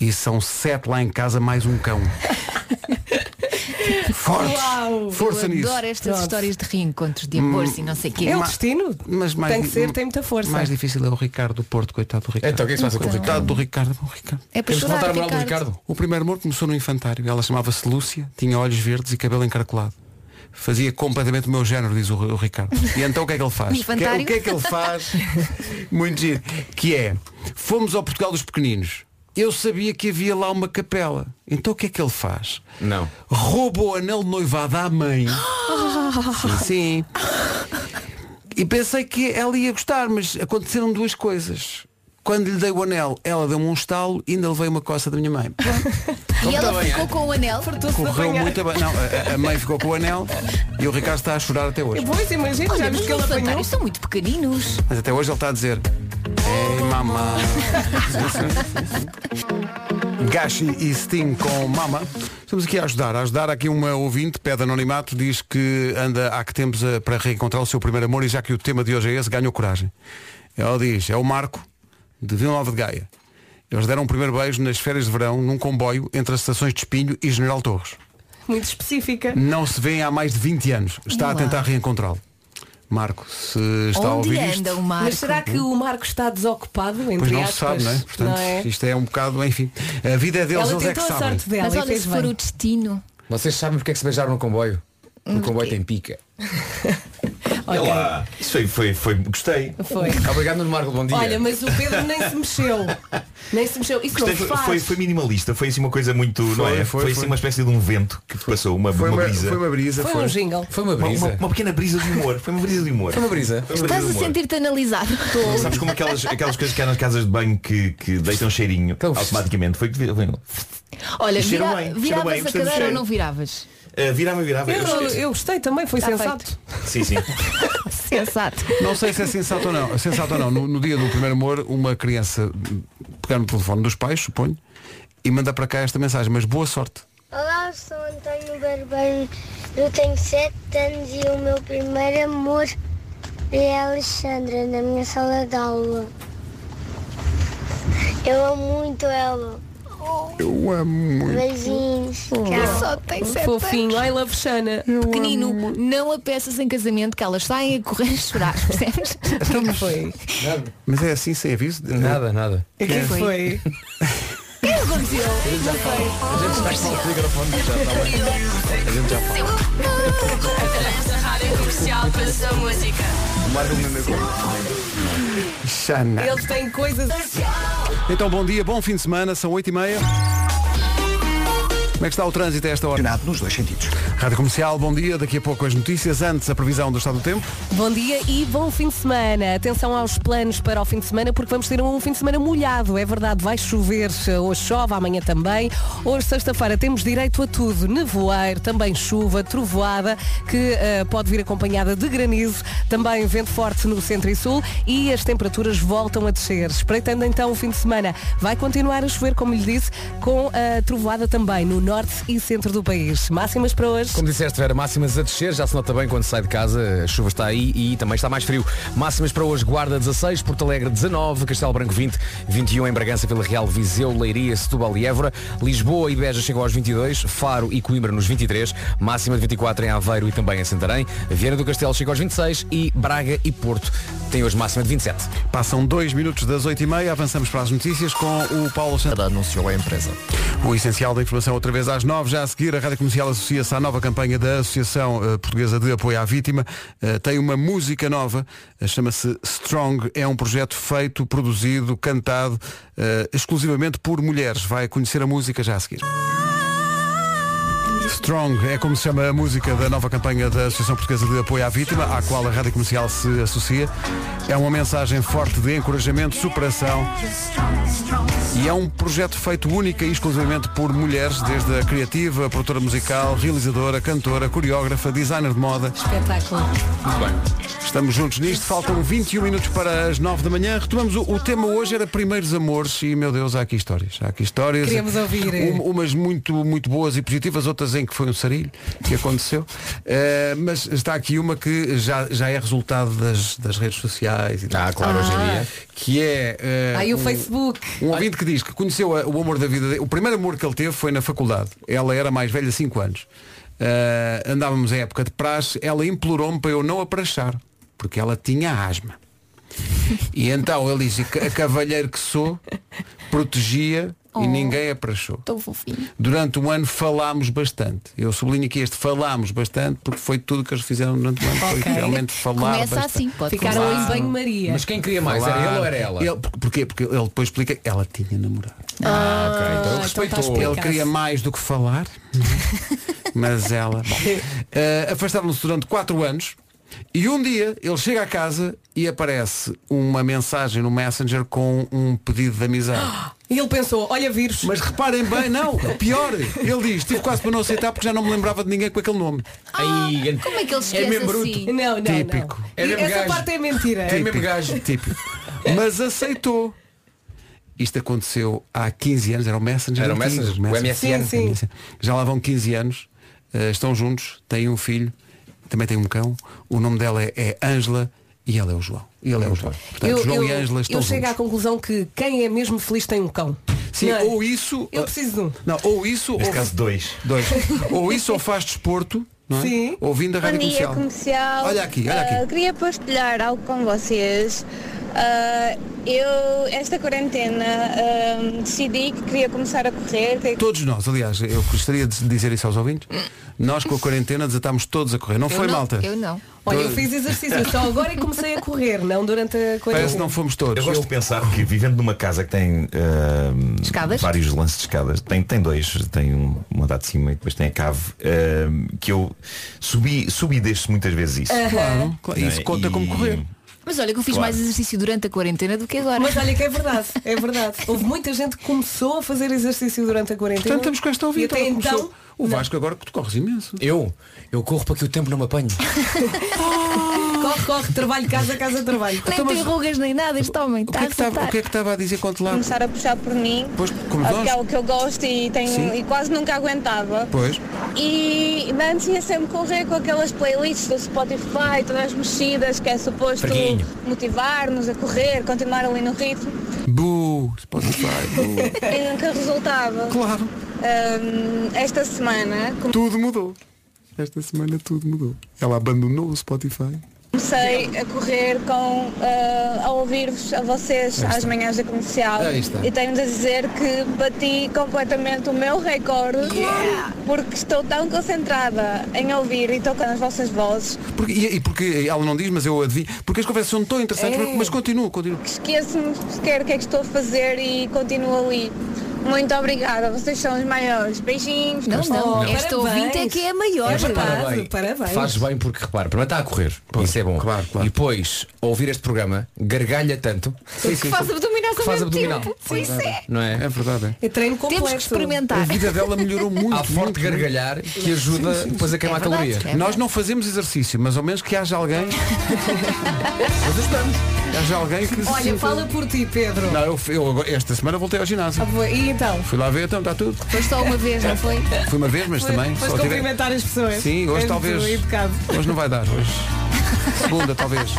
A: e são sete lá em casa mais um cão. Fortes!
C: Uau,
A: força
D: Eu
A: nisso! Hum.
D: adoro estas
C: Pronto.
D: histórias de reencontros, de amor, e não sei o quê.
C: É o
A: Ma-
C: destino.
A: Mas mais,
C: tem que ser, tem muita força.
A: Mais difícil é o Ricardo do Porto, coitado do Ricardo.
F: Então, o que é que se passa com o
A: Coitado do Ricardo, bom, Ricardo.
D: É para
F: Temos que voltar
D: chorar,
F: a moral do
D: Ricardo.
F: Ricardo.
A: O primeiro amor começou no infantário. Ela chamava-se Lúcia, tinha olhos verdes e cabelo encarcolado. Fazia completamente o meu género, diz o, o Ricardo. E então o que é que ele faz?
D: No Um infantário?
A: O que é que ele faz? Muito giro. Que é, fomos ao Portugal dos Pequeninos. Eu sabia que havia lá uma capela. Então o que é que ele faz?
F: Não.
A: Rouba o anel de noivado à mãe. Sim, sim. E pensei que ela ia gostar, mas aconteceram duas coisas. Quando lhe dei o anel, ela deu-me um estalo e ainda levei uma coça da minha mãe.
D: E ela ficou com o anel.
A: Correu muito bem. Não, a, a mãe ficou com o anel e o Ricardo está a chorar até hoje.
C: Pois imagina, já
D: Olha, mas
C: viste que ele
D: os
C: apanhou.
D: fantários são muito pequeninos.
A: Mas até hoje ele está a dizer. Ei mamá. Gashi e Sting com Mama. Estamos aqui a ajudar. A ajudar aqui uma ouvinte, pede anonimato, diz que anda há que tempos a- para reencontrar o seu primeiro amor e já que o tema de hoje é esse, ganhou coragem. Ela diz, é o Marco, de Vila Nova de Gaia. Eles deram um primeiro beijo nas férias de verão, num comboio, entre as estações de Espinho e General Torres.
C: Muito específica.
A: Não se vê há mais de 20 anos. Está a tentar reencontrá-lo. Marco, se está a
D: Onde
A: ouvir
D: anda
A: isto,
D: o Marco?
C: Mas será que o Marco está desocupado? Entre
A: pois não
C: aspas,
A: se sabe, não é? Portanto, isto é um bocado, enfim. A vida é deles,
C: Ela
A: eles é que
C: tentou a
A: sabem.
C: sorte dela
D: Mas
C: e
D: olha,
C: fez
D: se
C: bem.
D: for o destino.
F: Vocês sabem porque é que se beijaram no comboio? No comboio tem pica.
C: Ok,
L: Olá. Isso foi, foi, foi, gostei.
C: foi.
F: Obrigado, Nuno Marco,
A: é um
F: bom dia.
C: Olha, mas o Pedro nem se mexeu. Nem se mexeu. Isso
A: é
L: Gostei,
C: não se
L: foi,
C: faz.
L: foi, foi minimalista, foi assim uma coisa muito, não
A: Foi,
L: é?
A: foi,
L: Foi,
A: foi.
L: assim uma espécie de um vento que passou, uma,
A: Foi
L: uma
A: uma,
L: brisa.
A: foi uma brisa,
C: Foi
A: foi.
C: um jingle.
F: Foi uma
L: Uma-
F: brisa.
L: uma- uma pequena brisa de humor, foi uma brisa de humor.
F: Foi uma brisa.
L: Foi uma brisa
D: Estás
L: de
D: a
L: humor.
D: sentir-te analisado.
L: Sabes como aquelas, aquelas coisas que há nas casas de banho que, que deixam cheirinho
F: Aquele-
L: automaticamente? Foi, que vi- foi, um.
D: Olha,
L: E cheira
D: vira-
L: bem, cheira bem,
D: viravas a
L: gostei do
D: cadeira ou
L: cheiro.
D: não viravas?
L: Ah, virava, virava.
C: Eu, não- eu gostei também, foi
D: Está
C: sensato.
L: Sim, sim.
D: Sensato.
A: Não sei se é sensato ou não. Sensato ou não. No, no dia do primeiro amor, uma criança pegar no telefone dos pais, suponho, e manda para cá esta mensagem. Mas boa sorte.
E: Olá, eu sou António Barbeiro. Eu tenho 7 anos e o meu primeiro amor é a Alexandra, na minha sala de aula. Eu amo muito ela.
A: Eu amo muito.
E: Beijinhos.
D: Só tem sete
C: Hum. Um Fofinho, I love Shana.
D: Pequenino, não a peças em casamento que elas saem a correr a chorar, percebes?
C: O que foi?
F: Nada,
A: Mas é assim, sem aviso? É
F: nada, nada.
C: O que foi?
A: Xana. tá
C: Eles têm coisas.
A: Então, bom dia, bom fim de semana, são 8h30. Como é que está o trânsito a esta hora?
B: Nos dois sentidos.
A: Rádio Comercial, bom dia. Daqui a pouco as notícias. Antes, a previsão do estado do tempo.
C: Bom dia e bom fim de semana. Atenção aos planos para o fim de semana, porque vamos ter um fim de semana molhado. É verdade, vai chover, eh, hoje chove, amanhã também. Hoje, sexta-feira, temos direito a tudo. Nevoeiro, também chuva, trovoada, que eh, pode vir acompanhada de granizo. Também vento forte no centro e sul e as temperaturas voltam a descer. Espreitando então o fim de semana, vai continuar a chover, como lhe disse, com a trovoada também no norte e centro do país. Máximas para hoje.
F: Como disseste, Vera, máximas a descer, já se nota bem quando sai de casa, a chuva está aí e também está mais frio. Máximas para hoje, Guarda 16, Porto Alegre 19, Castelo Branco 20, 21 em Bragança, Vila Real, Viseu, Leiria, Setúbal e Évora, Lisboa e Beja chegam aos 22, Faro e Coimbra nos 23, máxima de 24 em Aveiro e também em Santarém, Viana do Castelo chega aos 26 e Braga e Porto têm hoje máxima de 27.
A: Passam dois minutos das 8h30, avançamos para as notícias com o Paulo Santos. Anunciou a empresa. O essencial da informação outra vez às 9 já a seguir a Rádio Comercial associa-se à nova campanha da Associação eh, Portuguesa de Apoio à Vítima. Eh, tem uma música nova, eh, chama-se Strong. É um projeto feito, produzido, cantado eh, exclusivamente por mulheres. Vai conhecer a música já a seguir. Strong é como se chama a música da nova campanha da Associação Portuguesa de Apoio à Vítima, à qual a Rádio Comercial se associa. É uma mensagem forte de encorajamento, superação e é um projeto feito única e exclusivamente por mulheres, desde a criativa, a produtora musical, realizadora, cantora, coreógrafa, designer de moda.
C: Espetáculo.
A: Muito bem. Estamos juntos nisto, faltam 21 minutos para as 9 da manhã. Retomamos o, o tema hoje era primeiros amores e meu Deus, há aqui histórias. Há aqui histórias.
C: Queremos ouvir, eh.
A: Um- umas muito, muito boas e positivas, outras em que foi um sarilho que aconteceu. Eh, mas está aqui uma que já, já é resultado das, das redes sociais e Ah,
C: claro, hoje em Ah. dia.
A: Que é. eh,
C: Aí Ah, o
A: um-
C: Facebook.
A: um ouvinte que diz que conheceu a- o amor da vida dele. O primeiro amor que ele teve foi na faculdade. Ela era mais velha 5 anos. Ah, andávamos em época de praxe. Ela implorou-me para eu não a praxar. Porque ela tinha asma. E então ele disse, a cavalheiro que sou, protegia
D: Oh.
A: e ninguém a praxou.
D: Tão fofinho.
A: Durante um ano falámos bastante. Eu sublinho aqui este falámos bastante porque foi tudo que eles fizeram durante o ano. Foi
C: Ok.
A: realmente falar
D: Começa
A: bastante.
D: assim, pode
C: Ficaram
D: começar.
C: em banho-maria.
F: Mas quem queria mais,
A: Falar.
F: era ele ou era ela?
A: Ele, por- porquê? Porque ele depois explica, ela tinha namorado.
F: Ah, ok, então
D: tá
M: tá
F: ele
A: Então
F: respeitou.
A: Ele queria mais do que falar, mas ela. Bom, eh, Afastaram-se durante 4 anos e um dia ele chega a casa e aparece uma mensagem no Messenger com um pedido de amizade.
C: E ele pensou, olha vírus.
A: Mas reparem bem, não, o pior, ele diz, tive quase para não aceitar porque já não me lembrava de ninguém com aquele nome.
D: Como é que ele esquece assim?
C: Não, não,
A: Típico.
C: não.
A: É mesmo
C: Essa
A: gajo.
C: parte é mentira.
A: Típico, Típico. Mas aceitou. Isto aconteceu há 15 anos, era o Messenger.
F: Era o
A: antigo,
F: Messenger, o MSN. Sim, sim.
A: Já lá vão 15 anos, eh, estão juntos, têm um filho, também têm um cão. O nome dela é- é Ângela e ela é o João. E ele é o João. Portanto,
C: eu,
A: João
C: eu,
A: e Ângela estão
C: eu chego
A: juntos.
C: à conclusão que quem é mesmo feliz tem um cão.
A: Sim,
C: Não é?
A: ou isso. ah,
C: Eu preciso de um.
A: Não, ou isso.
L: Neste
A: ou...
L: caso, dois.
A: Dois. ou isso ou faz desporto, não é?
N: Sim.
A: Ouvindo a rádio
N: Bom dia,
A: comercial.
N: comercial.
A: Olha aqui, olha aqui.
N: Ah, queria partilhar algo com vocês. Ah, eu, esta quarentena, ah, decidi que queria começar a correr. que-
A: Todos nós, aliás, eu gostaria de dizer isso aos ouvintes. Nós com a quarentena desatámos todos a correr. Não foi malta?
C: não. Olha, eu fiz exercício só agora e comecei a correr, não durante a coisa.
A: Parece que não fomos todos.
L: Eu gosto de pensar que vivendo numa casa que tem ah,
C: Escadas?
L: vários lances de escadas, tem, tem dois, tem um- uma dá de cima e depois tem a cave, ah, que eu subi, subi e desço muitas vezes isso. é?
D: Aham. Claro,
A: claro. Isso conta
L: como correr.
D: Mas olha que eu fiz
L: Claro.
D: mais exercício durante a quarentena do que agora.
C: Mas olha que é verdade, é verdade. Houve muita gente que começou a fazer exercício durante a quarentena.
A: Portanto, estamos com esta
C: E
A: ouvinte.
C: até
A: ela
C: então,
A: começou. o Vasco agora que tu corres imenso.
F: Eu? Eu corro para que o tempo não me apanhe.
C: corre, corre, trabalho, casa, casa, trabalho.
D: Nem tem rugas nem nada, este homem está a soltar.
A: Então, que estava a dizer quando lá?
N: Começar a puxar por mim,
A: Pois, como
N: ah,
A: nós.
N: porque é algo que eu gosto e, tenho,
A: Sim.
N: e quase nunca aguentava.
A: Pois.
N: E antes ia sempre correr com aquelas playlists do Spotify, todas as mexidas, que é suposto
A: Preguinho.
N: motivar-nos a correr, continuar ali no ritmo.
A: Bu, Spotify, bu.
N: E nunca resultava.
A: Claro.
N: esta semana
A: Tudo mudou. Esta semana tudo mudou. Ela abandonou o Spotify.
N: Comecei a correr com, ah, a ouvir-vos, a vocês,
O: Aí está.
N: às manhãs da comercial.
O: Aí está.
N: E tenho de dizer que bati completamente o meu recorde porque estou tão concentrada em ouvir e estou com as vossas vozes
A: Porque, e, e porque ela não diz, mas eu adivinho. Porque as conversas são tão interessantes,
N: É.
A: mas, mas continuo, continuo.
N: esqueço-me sequer o que é que estou a fazer e continuo ali. Muito obrigada, vocês são os maiores. Beijinhos.
D: Não, não, esta ouvinte é que é a maior.
F: Mas repara bem, Faz bem porque repara, primeiro está a correr, isso é bom. E depois, a ouvir este programa, gargalha tanto
D: Sim, sim. Faz abdominais
F: que
D: ao
F: faz
D: mesmo
F: abdominal.
D: tempo. Pois é.
F: Não é? É
A: verdade.
C: É treino complexo.
D: Temos que experimentar.
A: A vida dela melhorou muito.
F: Há forte gargalhar que ajuda depois a queimar caloria.
A: Nós não fazemos exercício, mas ao menos que haja alguém. é mas ajudamos. Haja alguém que. se
C: Olha,
A: sinta-
C: fala por ti, Pedro.
A: Não, eu, eu agora- esta semana voltei ao ginásio.
C: Ah, boa. E então?
A: Fui lá ver, então está tudo.
D: Foi só uma vez, não foi?
A: Fui uma vez, mas
C: Foi-
A: também.
C: Foste
A: só tive-
C: cumprimentar as pessoas.
A: Sim, hoje
C: És
A: talvez.
C: muito é? educado.
A: Hoje não vai dar, hoje. Segunda, talvez.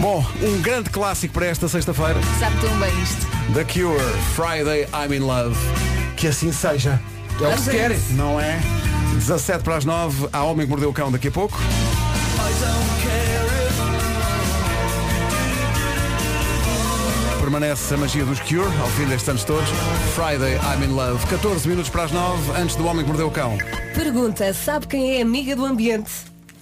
A: Bom, um grande clássico para esta sexta-feira.
D: Sabe tão bem isto.
A: The Cure, Friday I'm in Love. Que assim seja. É o que se
D: Amém.
A: quer, não é? 17 para as 9, há Homem que Mordeu o Cão daqui a pouco. Permanece a magia dos Cure ao fim destes anos todos. Friday I'm in Love. 14 minutos para as 9, antes do Homem que Mordeu o Cão.
C: Pergunta, sabe quem é amiga do ambiente?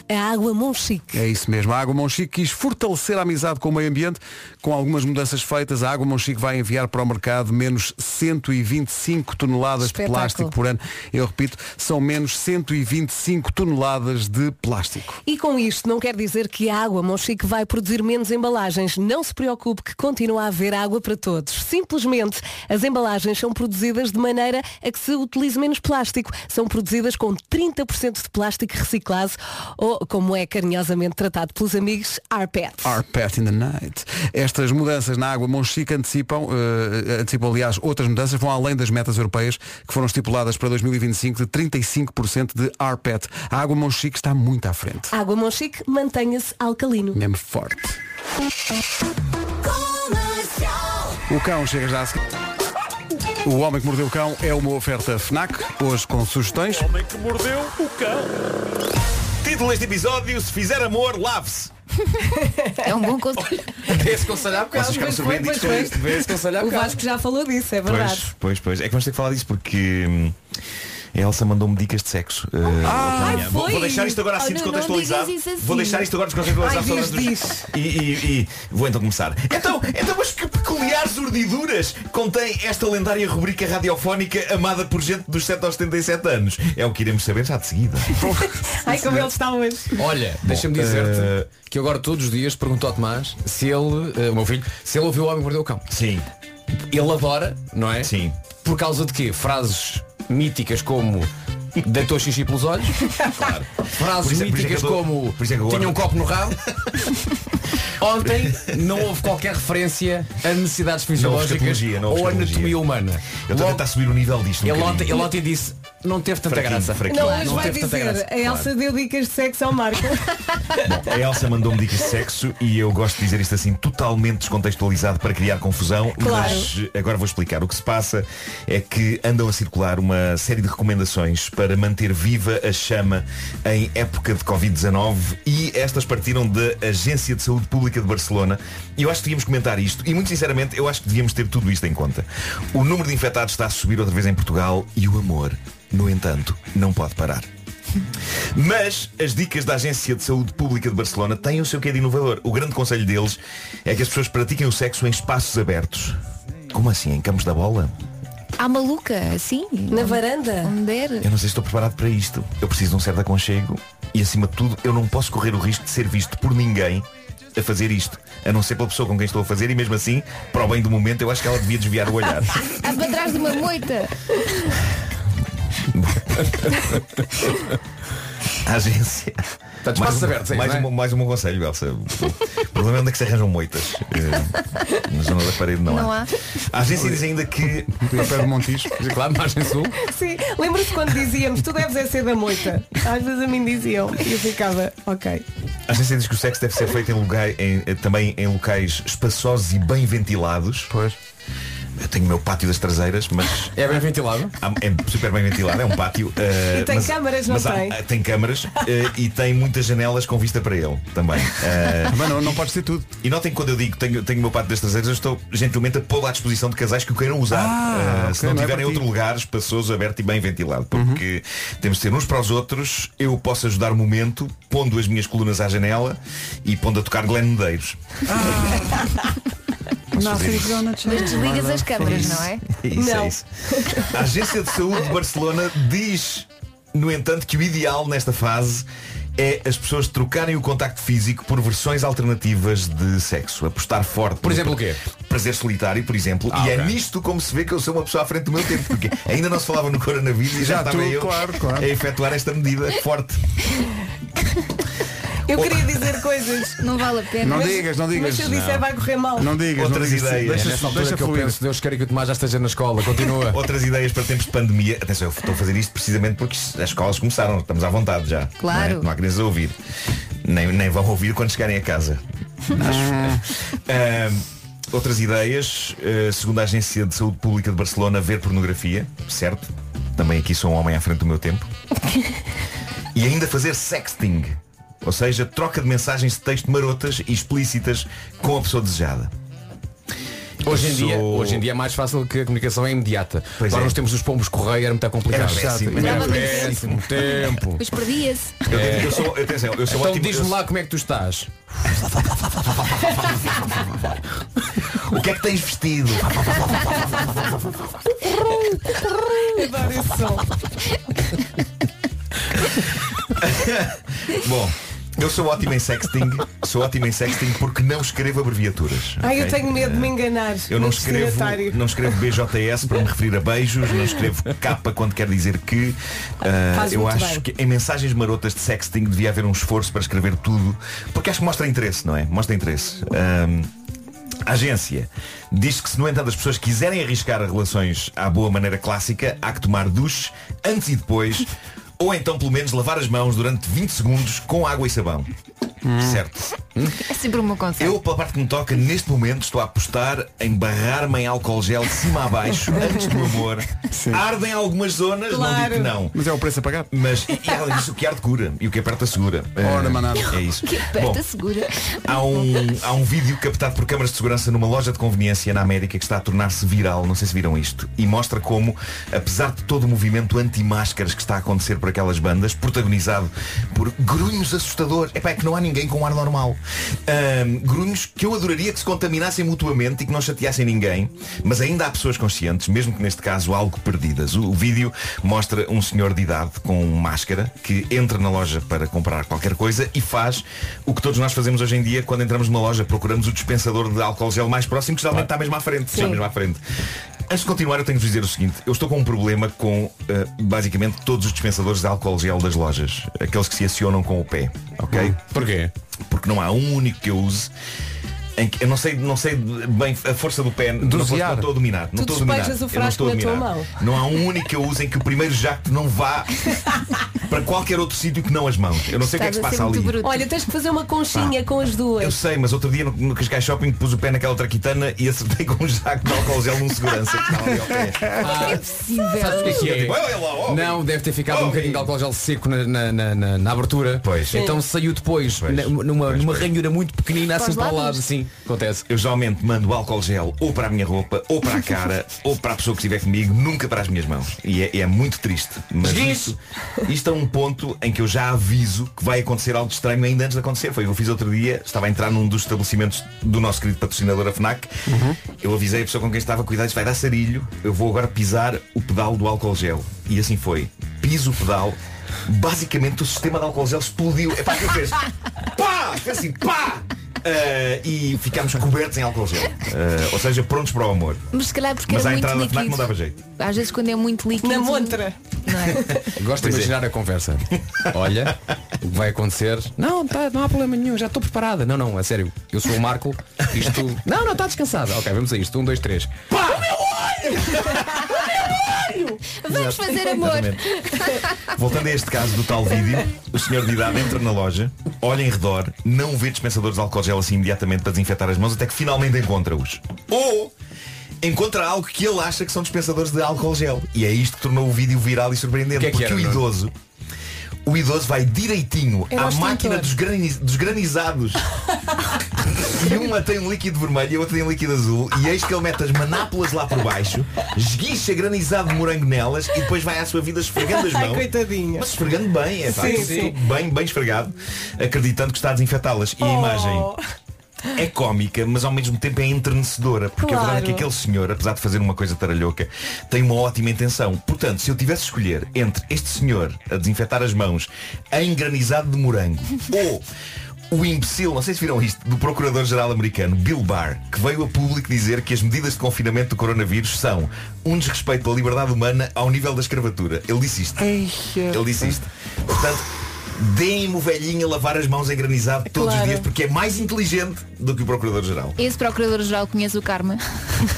C: A água Monchique.
A: É isso mesmo. A Água Monchique quis fortalecer a amizade com o meio ambiente. Com algumas mudanças feitas, a Água Monchique vai enviar para o mercado menos 125 toneladas de
C: Espetáculo.
A: plástico por ano. Eu repito, são menos 125 toneladas de plástico.
C: E com isto não quer dizer que a água Monchique vai produzir menos embalagens. Não se preocupe que continua a haver água para todos. Simplesmente as embalagens são produzidas de maneira a que se utilize menos plástico. São produzidas com 30% de plástico reciclado ou, como é carinhosamente tratado pelos amigos, RPET.
A: Our Pet in the Night. Estas mudanças na água Monchique antecipam, eh, antecipam, aliás, outras mudanças vão além das metas europeias que foram estipuladas para 2025 de 35% de Our Pet. A água Monchique está muito à frente.
C: A água Monchique mantenha-se alcalino.
A: Mesmo forte. O cão chega já a seguir. O Homem que Mordeu o Cão é uma oferta FNAC, hoje com sugestões.
M: homem que mordeu o cão.
L: Título deste episódio, se fizer amor, lave-se.
D: É um bom conselho.
F: Esse conselho há bocado.
L: Vocês ficaram
C: Pois foi,
L: surpreendidos
C: pois
L: com
C: foi.
L: este. Esse conselho há
C: O
F: bocado.
C: Vasco já falou disso, é verdade.
L: Pois, pois, pois. É que vamos ter que falar disso porque hum, a Elsa mandou-me dicas de sexo. uh,
O: Ah,
L: amanhã.
O: ai,
L: vou,
O: foi.
L: vou deixar isto agora
O: Oh,
L: assim
O: não, não
L: descontextualizado.
O: digas isso assim.
L: Vou deixar isto agora descontextualizado.
O: Ai,
L: só
O: diz,
L: dando-
O: diz.
L: E, e- e vou então começar. Então, então, mas que peculiares urdiduras contém esta lendária rubrica radiofónica amada por gente dos 7 aos 77 anos? É o que iremos saber já de seguida.
C: Ai, como ele está hoje.
F: Olha, deixa-me
L: Bom,
F: dizer-te
L: eh,
F: que eu agora todos os dias pergunto ao Tomás se ele, eh, o meu filho, se ele ouviu o Homem que Mordeu o Cão.
L: Sim.
F: Ele adora, não é? Sim. Por causa de quê? Frases míticas como deitou xixi pelos olhos. Claro.
L: Por
F: Frases
L: isso é- por isso é que
F: míticas
L: eu dou-
F: como
L: por isso é que eu
F: tinha
L: guardo.
F: um copo no rabo. Ontem não houve qualquer referência a necessidades
L: Não houve
F: fisiológicas
L: escatologia, não houve
F: ou
L: escatologia.
F: anatomia humana.
L: Eu estou a tentar subir o nível disto. um
F: Ele
L: bocadinho.
F: ontem, ele ontem disse, não teve tanta
L: Fraquinho,
F: graça.
L: fraquinho.
C: Não, hoje vai
L: teve tanta graça.
C: dizer, a Elsa deu dicas de sexo ao Marco.
L: A Elsa mandou-me dicas de sexo e eu gosto de dizer isto assim totalmente descontextualizado para criar confusão,
C: Claro.
L: mas eh, agora vou explicar. O que se passa é que andam a circular uma série de recomendações para manter viva a chama em época de Covid-19 e estas partiram da Agência de Saúde Pública de Barcelona e eu acho que devíamos comentar isto e muito sinceramente eu acho que devíamos ter tudo isto em conta. O número de infectados está a subir outra vez em Portugal e o amor, no entanto, não pode parar. Mas as dicas da Agência de Saúde Pública de Barcelona têm o seu quê de inovador. O grande conselho deles é que as pessoas pratiquem o sexo em espaços abertos. Como assim? Em campos da bola?
D: À maluca, assim? Na
C: varanda?
D: Onde der.
L: Eu não sei se estou preparado para isto. Eu preciso de um certo aconchego e, acima de tudo, eu não posso correr o risco de ser visto por ninguém a fazer isto. A não ser pela pessoa com quem estou a fazer e, mesmo assim, para o bem do momento, eu acho que ela devia desviar o olhar.
D: Ah, para trás de uma moita.
L: A agência.
F: Portanto, espaços
L: um,
F: abertos, é
L: mais,
F: isso, não
L: um, mais um bom conselho, Elsa. O problema é onde é que se arranjam moitas. Eh, Na zona da parede não,
C: Não
L: há.
C: há.
L: A agência diz ainda que.
A: Pedro Montijo,
F: claro, margem sul.
C: Sim, lembra-se quando dizíamos, tu deves é ser da moita. Às vezes a mim diziam e eu ficava, ok.
L: A agência diz que o sexo deve ser feito em lugar, em- eh, também em locais espaçosos e bem ventilados. Pois. eu tenho o meu pátio das traseiras, mas.
F: É bem ventilado?
L: É super bem ventilado, é um pátio. eh,
C: E tem
L: mas-
C: câmaras, não
L: mas há-
C: tem?
L: tem câmaras eh, e tem muitas janelas com vista para ele também. eh,
A: Mas não, não pode ser tudo.
L: E notem que quando eu digo tenho, tenho o meu pátio das traseiras, eu estou gentilmente a pô-lo à disposição de casais que o queiram usar.
A: Ah,
L: Eh,
A: ok,
L: se não
A: não é
L: tiverem
A: para ti.
L: outro lugar espaçoso, aberto e bem ventilado. Porque temos de ser uns para os outros, eu posso ajudar o momento, pondo as minhas colunas à janela e pondo a tocar Glenn Medeiros. fazer isso.
D: Mas desligas as câmaras, não é?
L: Isso, é isso. A Agência de Saúde de Barcelona diz, no entanto, que o ideal nesta fase é as pessoas trocarem o contacto físico por versões alternativas de sexo. Apostar forte.
F: Por exemplo, o quê?
L: Prazer solitário, por exemplo.
F: Ah,
L: e é
F: ok.
L: nisto como se vê que eu sou uma pessoa à frente do meu tempo. Porque ainda não se falava no coronavírus e já,
A: Já
L: estava
A: tu,
L: eu
A: claro, claro.
L: a efetuar esta medida forte.
C: Eu queria dizer coisas.
D: Não vale a pena.
A: Não digas, não digas.
C: Mas se eu disser vai correr mal.
A: Não digas,
L: Outras
A: não digas.
L: ideias.
A: Deixa,
L: É nessa
F: altura
A: deixa
F: que eu
A: fluir.
F: penso, Deus queira que o Tomás já esteja na escola, continua.
L: Outras ideias para tempos de pandemia. Atenção, eu estou a fazer isto precisamente porque as escolas começaram, estamos à vontade já.
D: Claro.
L: Não, é? Não há crianças a ouvir. Nem, nem vão ouvir quando chegarem a casa. Acho. Ahm, outras ideias, eh, segundo a Agência de Saúde Pública de Barcelona, ver pornografia, certo? Também aqui sou um homem à frente do meu tempo.
A: é
L: E ainda fazer sexting. Ou seja, troca de mensagens de texto marotas e explícitas com a pessoa desejada.
F: Hoje em,
L: Sou-
F: dia, hoje em dia é mais fácil que a comunicação é imediata.
L: Pois
F: Agora
L: é.
F: nos temos os pombos correio, era muito complicado.
L: Era péssimo.
F: Era
L: Dava-me
F: péssimo tempo. É.
D: Mas perdia-se.
L: Eu, digo que eu sou, atenção, eu sou
F: então
L: ótimo-
F: diz-me lá como é que tu estás.
L: O que é que tens vestido?
C: Adoro
A: Uhum.
C: esse som.
L: Bom, eu sou ótimo em sexting, sou ótimo em sexting porque não escrevo abreviaturas.
C: Ai, eu
L: ok?
C: tenho medo de me enganar.
L: Eu não
C: no
L: escrevo,
C: destinatário.
L: não escrevo BJS para me referir a beijos, não escrevo capa quando quer dizer que. Ah,
C: Faz
L: eu
C: muito
L: acho
C: bem.
L: que em mensagens marotas de sexting devia haver um esforço para escrever tudo, porque acho que mostra interesse, não é? Mostra interesse. Ahm, a agência diz que se, no entanto, as pessoas quiserem arriscar relações à boa maneira clássica, há que tomar duche antes e depois, ou então pelo menos lavar as mãos durante 20 segundos com água e sabão. Certo.
D: É sempre o meu conselho.
L: Eu, pela parte que me toca, neste momento estou a apostar em barrar-me em álcool gel de cima a baixo, antes do amor. Ardem algumas zonas, não digo que não.
A: Mas é o preço a pagar.
L: Mas e, e além disso, o que arde cura e o que aperta segura.
A: Ora,
L: Eh,
A: manada.
L: É isso.
D: Que
L: Bom,
D: aperta segura.
L: há um, há um vídeo captado por câmaras de segurança numa loja de conveniência na América que está a tornar-se viral, não sei se viram isto, e mostra como, apesar de todo o movimento anti-máscaras que está a acontecer por aquelas bandas, protagonizado por grunhos assustadores, epá, é que não há ninguém com ar normal. Ahm, grunhos que eu adoraria que se contaminassem mutuamente e que não chateassem ninguém, mas ainda há pessoas conscientes, mesmo que neste caso algo perdidas. O, o vídeo mostra um senhor de idade com máscara que entra na loja para comprar qualquer coisa e faz o que todos nós fazemos hoje em dia quando entramos numa loja, procuramos o dispensador de álcool gel mais próximo, que geralmente está mesmo à frente. Está mesmo à frente. Antes de continuar, eu tenho de vos dizer o seguinte, eu estou com um problema com eh, basicamente todos os dispensadores de álcool gel das lojas, aqueles que se acionam com o pé, ok?
F: Porquê?
L: porque não há um único que eu use em que eu não sei, não sei bem a força do pé, não, posso,
A: Dosear.
L: não estou a dominar. Não
C: Tu
L: estou a dominar.
C: despejas o
L: Eu não
C: frasco
L: estou a
C: na tua
L: dominar.
C: mão.
L: Não há um único que eu use em que o primeiro jacto não vá para qualquer outro sítio que não as mãos. Eu não sei o que é que se
D: Estás a
L: passa
D: ser muito
L: ali.
D: bruto.
C: Olha, tens que fazer uma conchinha com as
L: Eu
C: duas.
L: sei, mas outro dia no, no Cascais Shopping pus o pé naquela traquitana e acertei com um jacto de álcool gel num segurança que estava ali ao pé.
D: É possível.
F: Sabes o que é que é?
L: Eu digo, Tipo, "Olha lá, ó."
F: Não, deve ter ficado um bocadinho de álcool gel seco na, na- na- na- na abertura.
L: Pois.
F: Então saiu depois,
L: Pois.
F: na- numa,
L: Pois,
F: numa
L: pois.
F: ranhura muito pequenina,
D: Para
F: assim
D: os
F: para o
D: lados.
F: lado, assim. Acontece.
L: Eu geralmente mando álcool gel ou para a minha roupa, ou para a cara, ou para a pessoa que estiver comigo, nunca para as minhas mãos. E é, é muito triste. Mas
F: Diz.
L: isto, isto é um ponto em que eu já aviso que vai acontecer algo de estranho ainda antes de acontecer. Foi o que eu fiz outro dia, estava a entrar num dos estabelecimentos do nosso querido patrocinador, a FNAC. Eu avisei a pessoa com quem estava, cuidado, isto vai dar sarilho, eu vou agora pisar o pedal do álcool gel. E assim foi. Piso o pedal. Basicamente o sistema de álcool gel explodiu. É para que fez. Pá! Fez assim, pá! Ah, e ficámos cobertos em álcool gel. Ah, ou seja, prontos para o amor.
D: Mas se calhar porque
L: Mas à
D: era
L: entrada da
D: muito
L: FNAC não dava
D: líquido.
L: jeito.
D: Às vezes quando é muito líquido.
C: Na montra.
D: Não é?
F: Gosto de
L: Pois é.
F: imaginar a conversa. Olha, o que vai acontecer. Não, tá, não há problema nenhum, já estou preparada. Não, não, a sério. Eu sou o Marco. Isto. Não, não, está descansada. Ok, vamos a isto. Um, dois, três.
D: Vamos fazer amor.
L: Voltando a este caso do tal vídeo, o senhor de idade entra na loja, olha em redor, não vê dispensadores de álcool gel assim imediatamente para desinfetar as mãos, até que finalmente encontra-os. Ou encontra algo que ele acha que são dispensadores de álcool gel. E é isto que tornou o vídeo viral e surpreendente.
F: O que é que
L: porque
F: era,
L: o
F: Nuno?
L: idoso. O idoso vai direitinho
F: Era
L: à
F: o
L: máquina
F: extintor.
L: dos, graniz- dos granizados. e uma tem um líquido vermelho e a outra tem um líquido azul. E eis que ele mete as manápolas lá por baixo, esguicha granizado de morango nelas e depois vai à sua vida esfregando as
C: Ai,
L: mãos.
C: coitadinho.
L: Mas esfregando bem, é pá,
C: Sim,
L: tudo-
C: sim.
L: tudo bem, bem esfregado, acreditando que está a desinfetá-las. E a imagem é cómica, mas ao mesmo tempo é enternecedora, porque a verdade é que
O: Claro.
L: aquele senhor, apesar de fazer uma coisa taralhoca, tem uma ótima intenção. Portanto, se eu tivesse de escolher entre este senhor a desinfetar as mãos em granizado de morango ou o imbecil, não sei se viram isto, do Procurador-Geral americano, Bill Barr, que veio a público dizer que as medidas de confinamento do coronavírus são um desrespeito pela liberdade humana ao nível da escravatura. Ele disse isto. Ele disse isto. Portanto, deem-me o velhinho a lavar as mãos em granizado todos os
D: Claro.
L: dias, porque é mais inteligente do que o Procurador-Geral.
D: Esse Procurador-Geral conhece o karma.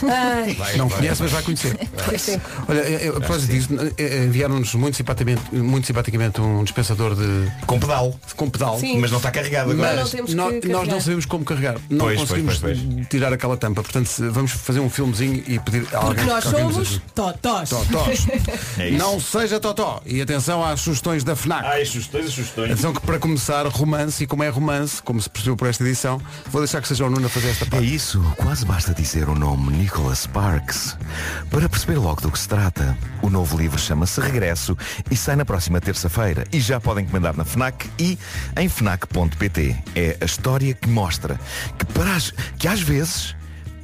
L: Vai,
A: não
L: vai,
A: conhece,
L: vai.
A: mas vai conhecer.
D: Pois é.
A: Olha, é- é, a propósito disso, é- é, enviaram-nos muito simpaticamente, muito simpaticamente um dispensador de.
L: Com pedal.
A: Com pedal.
C: Sim. Mas não está carregado agora. Não, não
A: Mas
C: temos que
A: nó- nós,
C: carregar.
A: não sabemos como carregar. Não
L: Pois, pois,
A: conseguimos
L: pois,
A: tirar aquela tampa. Portanto, se- vamos fazer um filmezinho e pedir a alguém
C: Porque nós
A: que alguém nos
C: somos
A: ajude.
C: totós.
A: Totós.
C: É
A: não seja totó. E atenção às sugestões da FNAC.
L: Ai, sugestões, sugestões.
A: Atenção que para começar, romance, e como é romance, como se percebeu por esta edição, vou deixar que seja o Nuno a fazer esta
O: É isso, quase basta dizer o nome Nicholas Sparks para perceber logo do que se trata. O novo livro chama-se Regresso e sai na próxima terça-feira. E já podem encomendar na FNAC e em FNAC.pt. É a história que mostra que, para as- que às vezes,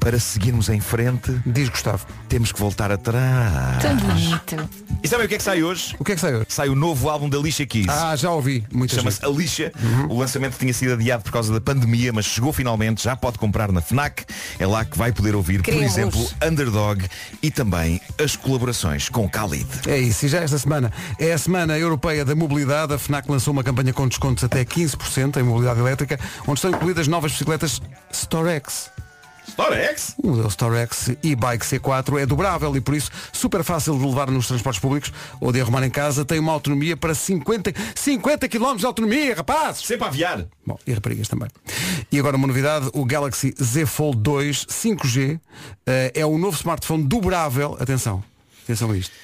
O: para seguirmos em frente,
A: diz Gustavo,
O: temos que voltar atrás.
D: Tão bonito.
L: E sabem o que é que sai hoje?
A: O que é que sai hoje?
L: Sai o novo álbum da Lixa Keys.
A: Ah, já ouvi. Uhum. Muitas
L: Chama-se Alicia. O lançamento tinha sido adiado por causa da pandemia, mas chegou finalmente, já pode comprar na FNAC. É lá que vai poder ouvir,
A: Queremos.
L: por exemplo, Underdog e também as colaborações com Khalid.
A: É isso, e já esta semana é a Semana Europeia da Mobilidade. A FNAC lançou uma campanha com descontos até 15% em mobilidade elétrica, onde estão incluídas novas bicicletas Storex.
L: Storex?
A: O modelo Storex e Bike C4 é dobrável e por isso super fácil de levar nos transportes públicos ou de arrumar em casa. Tem uma autonomia para 50, 50 km de autonomia, rapaz!
L: Sempre a aviar!
A: Bom, e raparigas também. E agora uma novidade, o Galaxy Z Fold 2 5G eh, é um novo smartphone dobrável. Atenção, atenção a isto.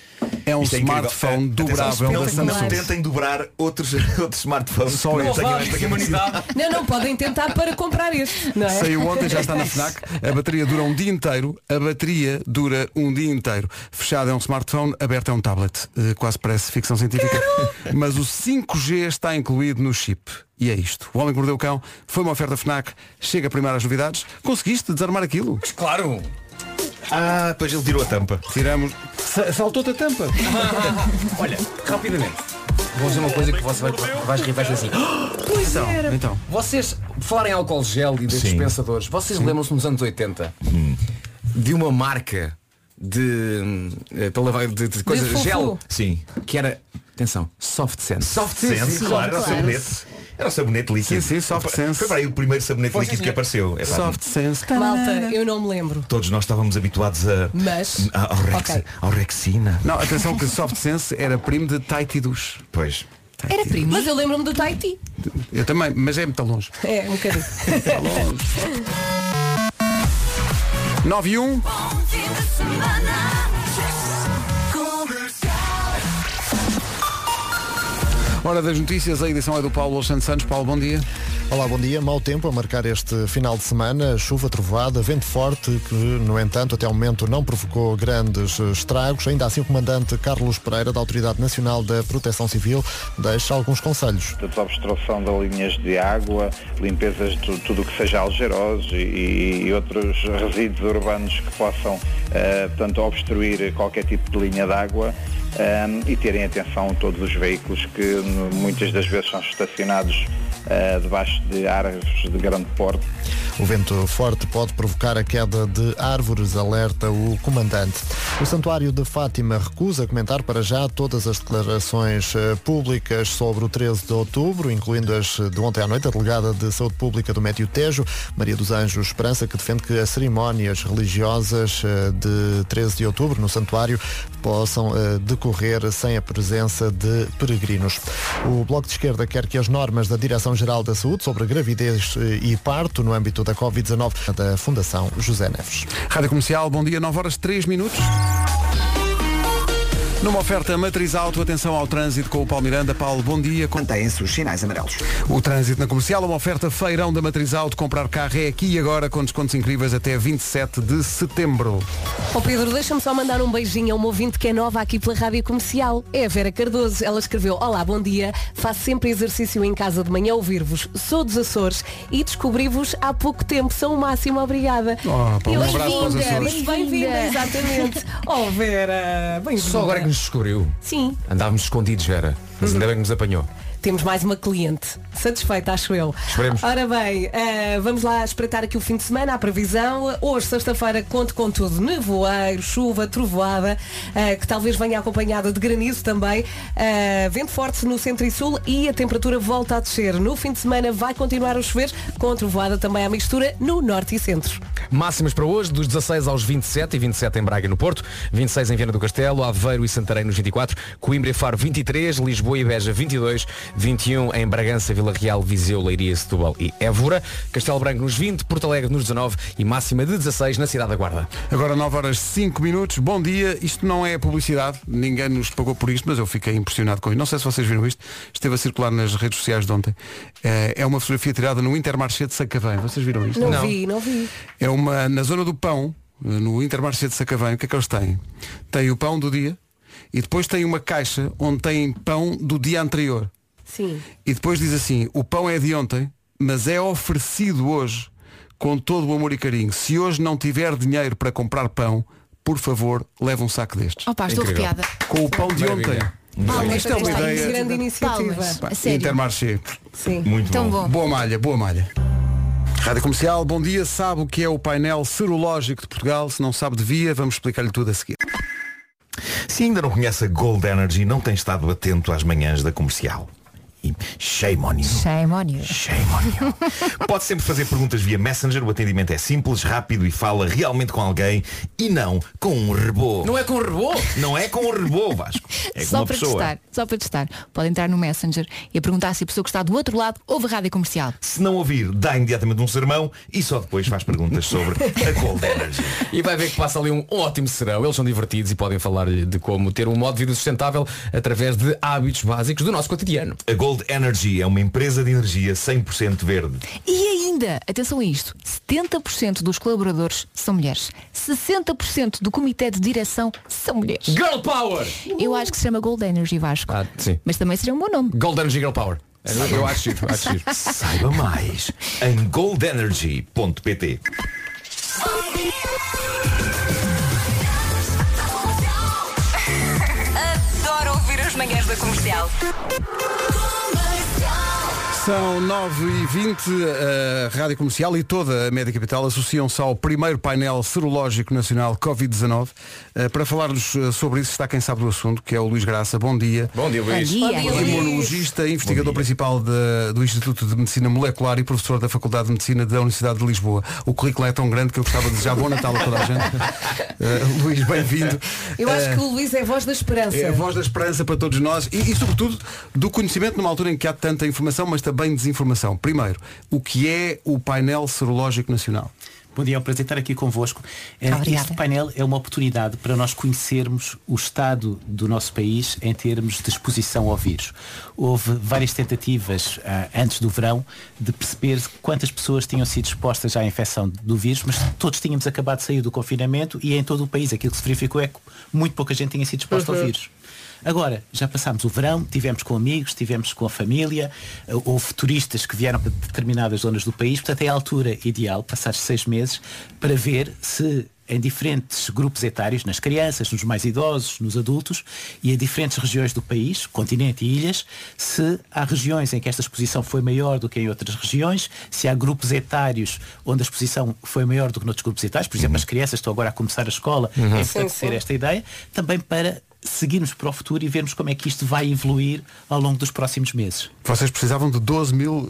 A: É um
L: Isto é incrível.
A: smartphone
L: Atenção,
A: dobrável
L: não-
A: da
L: Não
A: Samsung.
L: tentem dobrar outros, outros smartphones.
A: Só
L: que não
A: este.
L: tenham esta capacidade.
C: Não, não, podem tentar para comprar este. Não é?
A: Saiu ontem, já está na FNAC. A bateria dura um dia inteiro. A bateria dura um dia inteiro. Fechado é um smartphone, aberto é um tablet. Eh, Quase parece ficção científica. Mas o 5G está incluído no chip. E é isto. O Homem que Mordeu o Cão foi uma oferta FNAC. Chega primeiro às novidades. Conseguiste desarmar aquilo? Mas
L: claro! Ah, pois ele tirou a tampa.
A: Tiramos. Sa- Saltou-te a tampa.
F: Olha, rapidamente. Vou dizer uma coisa que você vai, vais rir, vais dizer assim.
A: Pois então, era. então.
F: Vocês, falarem em álcool gel e de dispensadores, vocês lembram-se nos anos 80
L: Hum.
F: de uma marca de, hum, eh, para lavar- de, de coisa
L: fofo.
F: gel
L: Sim.
F: que era, atenção, soft sense.
L: Soft sense, claro, era o sabonete. Era o sabonete líquido.
A: Sim, sim, soft
L: Foi-
A: sense.
L: Foi para aí o primeiro sabonete
A: Foi,
L: líquido
A: sim,
L: que
A: senhor.
L: apareceu. É pá,
A: Soft sense.
D: Tá
C: Malta, eu não me lembro.
L: Todos nós estávamos habituados a.
C: Mas.
L: a- Ao, Rex,
C: Ok.
L: ao Rexina.
A: Não, atenção que soft sense era primo de Tight dos.
L: Pois.
C: Era primo. Mas eu lembro-me do Tahiti.
A: Eu também, mas é muito longe.
C: É, um bocadinho.
L: Tá
A: 9 e 1. Hora das notícias, a edição é do Paulo Santos Santos. Paulo, bom dia.
H: Olá, bom dia. Mau tempo a marcar este final de semana. Chuva trovoada, vento forte, que, no entanto, até ao momento não provocou grandes eh, estragos. Ainda assim, o comandante Carlos Pereira, da Autoridade Nacional da Proteção Civil, deixa alguns conselhos.
P: portanto, obstrução de linhas de água, limpezas de tu- tudo o que seja algerosos e, e outros resíduos urbanos que possam, eh, portanto, obstruir qualquer tipo de linha de água eh, e terem atenção a todos os veículos que n- muitas das vezes são estacionados eh, debaixo de árvores de grande porte.
H: O vento forte pode provocar a queda de árvores, alerta o comandante. O Santuário de Fátima recusa comentar para já todas as declarações eh, públicas sobre o 13 de outubro, incluindo as de ontem à noite, a delegada de Saúde Pública do Médio Tejo, Maria dos Anjos Esperança, que defende que as cerimónias religiosas eh, de 13 de outubro no santuário possam eh, decorrer decorrer sem a presença de peregrinos. O Bloco de Esquerda quer que as normas da Direção-Geral da Saúde sobre gravidez eh, e parto no âmbito da Covid-19 da Fundação José Neves.
A: Rádio Comercial, bom dia, 9 horas 3 minutos. Numa oferta matriz alto, atenção ao trânsito com o Paulo Miranda. Paulo, bom dia.
B: Mantêm-se os sinais amarelos.
A: O trânsito na comercial, uma oferta feirão da matriz alto. Comprar carro é aqui e agora com descontos incríveis até 27 de setembro.
C: Ó Pedro, deixa-me só mandar um beijinho a uma ouvinte que é nova aqui pela Rádio Comercial. É a Vera Cardoso. Ela escreveu, olá, bom dia. Faço sempre exercício em casa de manhã ouvir-vos. Sou dos Açores e descobri-vos há pouco tempo. Sou o máximo, obrigada.
L: Ah,
A: Oh, Paulo, um
C: E
A: abraço para os
C: bem-vinda,
A: Açores.
C: bem-vinda, exatamente. Oh Vera, bem-vinda.
F: Só agora é que nos descobriu.
C: Sim.
F: Andávamos escondidos, Vera. Mas ainda bem que nos apanhou.
C: Temos mais uma cliente. Satisfeita, acho eu.
F: Esperemos.
C: Ora bem, eh, vamos lá espreitar aqui o fim de semana, a previsão. Hoje, sexta-feira, conto com tudo. Nevoeiro, chuva, trovoada, eh, que talvez venha acompanhada de granizo também. Eh, vento forte no centro e sul e a temperatura volta a descer. No fim de semana vai continuar a chover, com trovoada também à mistura no norte e centro.
F: Máximas para hoje, dos 16 aos 27 e 27 em Braga e no Porto, 26 em Viana do Castelo, Aveiro e Santarém nos 24, Coimbra e Faro 23, Lisboa e Beja 22, 21 em Bragança, Vila Real, Viseu, Leiria, Setúbal e Évora, Castelo Branco nos 20, Porto Alegre nos 19 e máxima de 16 na Cidade da Guarda.
A: Agora 9 horas 5 minutos, bom dia. Isto não é publicidade, ninguém nos pagou por isto, mas eu fiquei impressionado com isto. Não sei se vocês viram isto, esteve a circular nas redes sociais de ontem. Eh, É uma fotografia tirada no Intermarché de Sacavém. Vocês viram isto?
C: Não, vi, não vi.
A: É uma na zona do pão, eh, no Intermarché de Sacavém, o que é que eles têm? Tem o pão do dia e depois tem uma caixa onde tem pão do dia anterior.
C: Sim.
A: E depois diz assim, o pão é de ontem, mas é oferecido hoje com todo o amor e carinho. Se hoje não tiver dinheiro para comprar pão, por favor, leve um saco destes.
D: Opa, estou
A: Incrível.
D: arrepiada.
A: Com o pão de ontem.
F: Maravilha.
D: Palmas
A: Isto é uma
D: para esta
A: ideia.
C: grande iniciativa.
D: Palmas,
A: Pá,
D: a sério.
A: Intermarché.
C: Sim.
D: Muito Tão bom. bom.
A: Boa malha, boa malha. Rádio Comercial, bom dia. Sabe o que é o painel serológico de Portugal? Se não sabe, devia. Vamos explicar-lhe tudo a seguir.
O: Se ainda não conhece a Gold Energy, não tem estado atento às manhãs da comercial. E shame on you.
D: Shame on you.
F: é
O: Pode sempre fazer perguntas via Messenger, o atendimento é simples, rápido e fala realmente com alguém e não com um rebô.
F: Não é com um rebô?
O: Não é com um rebô, Vasco. É com
D: só
O: uma
D: para
O: pessoa.
D: testar, só para testar. Pode entrar no Messenger e a perguntar se a pessoa que está do outro lado ouve a rádio comercial.
O: Se não ouvir, dá imediatamente um sermão e só depois faz perguntas sobre a Gold Energy.
F: E vai ver que passa ali um ótimo serão. Eles são divertidos e podem falar-lhe de como ter um modo de vida sustentável através de hábitos básicos do nosso cotidiano.
O: A Gold Energy é uma empresa de energia 100% verde.
D: E ainda, atenção a isto, 70% dos colaboradores são mulheres. 60% do comitê de direção são mulheres.
F: Girl Power!
D: Eu acho que se chama Gold Energy Vasco.
F: Ah, sim.
D: Mas também seria um bom nome.
F: Golden Girl Power. É, Eu, eu acho giro, acho giro.
O: Saiba mais em goldenergy.pt
Q: Adoro ouvir as manhãs da comercial.
A: São 9 e 20 a Rádio Comercial e toda a Média Capital associam-se ao primeiro painel serológico nacional Covid-19. Eh, Para falar-nos eh, sobre isso está quem sabe do assunto, que é o Luís Graça. Bom dia.
F: Bom dia, Luís. Bom dia, Luís.
A: Imunologista, investigador principal da- do Instituto de Medicina Molecular e professor da Faculdade de Medicina da Universidade de Lisboa. O currículo é tão grande que eu gostava de desejar bom Natal a toda a gente. Eh, Luís, bem-vindo.
C: Eu acho
A: Eh,
C: que o Luís é a voz da esperança.
A: é a voz da esperança para todos nós e, e, sobretudo, do conhecimento numa altura em que há tanta informação, mas também desinformação. Primeiro, o que é o painel serológico nacional?
R: Bom dia, é um prazer estar aqui convosco. Eh, Este painel é uma oportunidade para nós conhecermos o estado do nosso país em termos de exposição ao vírus. Houve várias tentativas ah, antes do verão de perceber quantas pessoas tinham sido expostas à infecção do vírus, mas todos tínhamos acabado de sair do confinamento e em todo o país aquilo que se verificou é que muito pouca gente tinha sido exposta
S: Uhum.
R: ao vírus. Agora, já passámos o verão, tivemos com amigos, tivemos com a família, eh, houve turistas que vieram para determinadas zonas do país, portanto é a altura ideal, passar seis meses, para ver se em diferentes grupos etários, nas crianças, nos mais idosos, nos adultos e em diferentes regiões do país, continente e ilhas, se há regiões em que esta exposição foi maior do que em outras regiões, se há grupos etários onde a exposição foi maior do que noutros grupos etários, por exemplo, as crianças estão agora a começar a escola,
S: Uhum.
R: é
S: Sim,
R: fortalecer
S: sim.
R: esta ideia, também para seguirmos para o futuro e vermos como é que isto vai evoluir ao longo dos próximos meses.
A: Vocês precisavam de 12 mil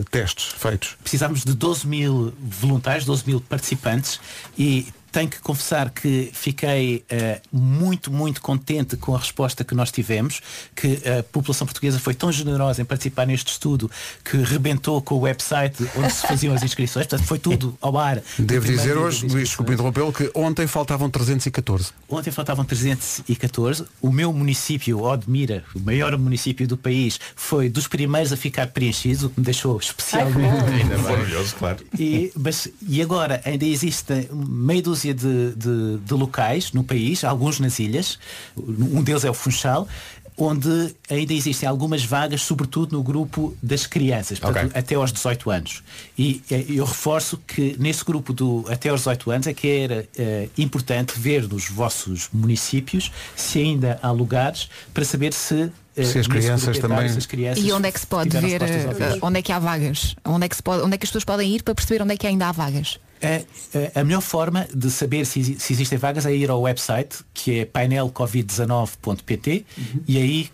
A: eh, testes feitos.
R: Precisávamos de 12 mil voluntários, 12 mil participantes e Tenho que confessar que fiquei eh, muito, muito contente com a resposta que nós tivemos, que a população portuguesa foi tão generosa em participar neste estudo que rebentou com o website onde se faziam as inscrições, portanto foi tudo ao ar.
A: Devo
R: No
A: dizer
R: primeiro
A: hoje, Luís, desculpe interrompê-lo, que ontem faltavam 314.
R: Ontem faltavam 314. O meu município, Odmira, o maior município do país, foi dos primeiros a ficar preenchido, o que me deixou especialmente
L: Ainda bem.
R: feliz.
L: Maravilhoso, claro.
R: E, mas, e agora ainda existem meia dúzia de, de- de locais no país, alguns nas ilhas, um deles é o Funchal, onde ainda existem algumas vagas, sobretudo no grupo das crianças, portanto, até aos 18 anos. E eh, eu reforço que nesse grupo do até aos 18 anos é que era eh, importante ver nos vossos municípios se ainda há lugares para saber se eh,
A: Se as
R: nesse grupo
A: crianças
R: etário,
A: também-
R: se as crianças
D: E onde é que se pode
R: tiveram
D: ver,
R: respostas ao
D: eh,
R: vírus.
D: onde é que há vagas? Onde é que, se pode, onde é que as pessoas podem ir para perceber onde é que ainda há vagas?
R: É, é, a melhor forma de saber se, exi- se existem vagas é ir ao website, que é painelcovid19.pt, e aí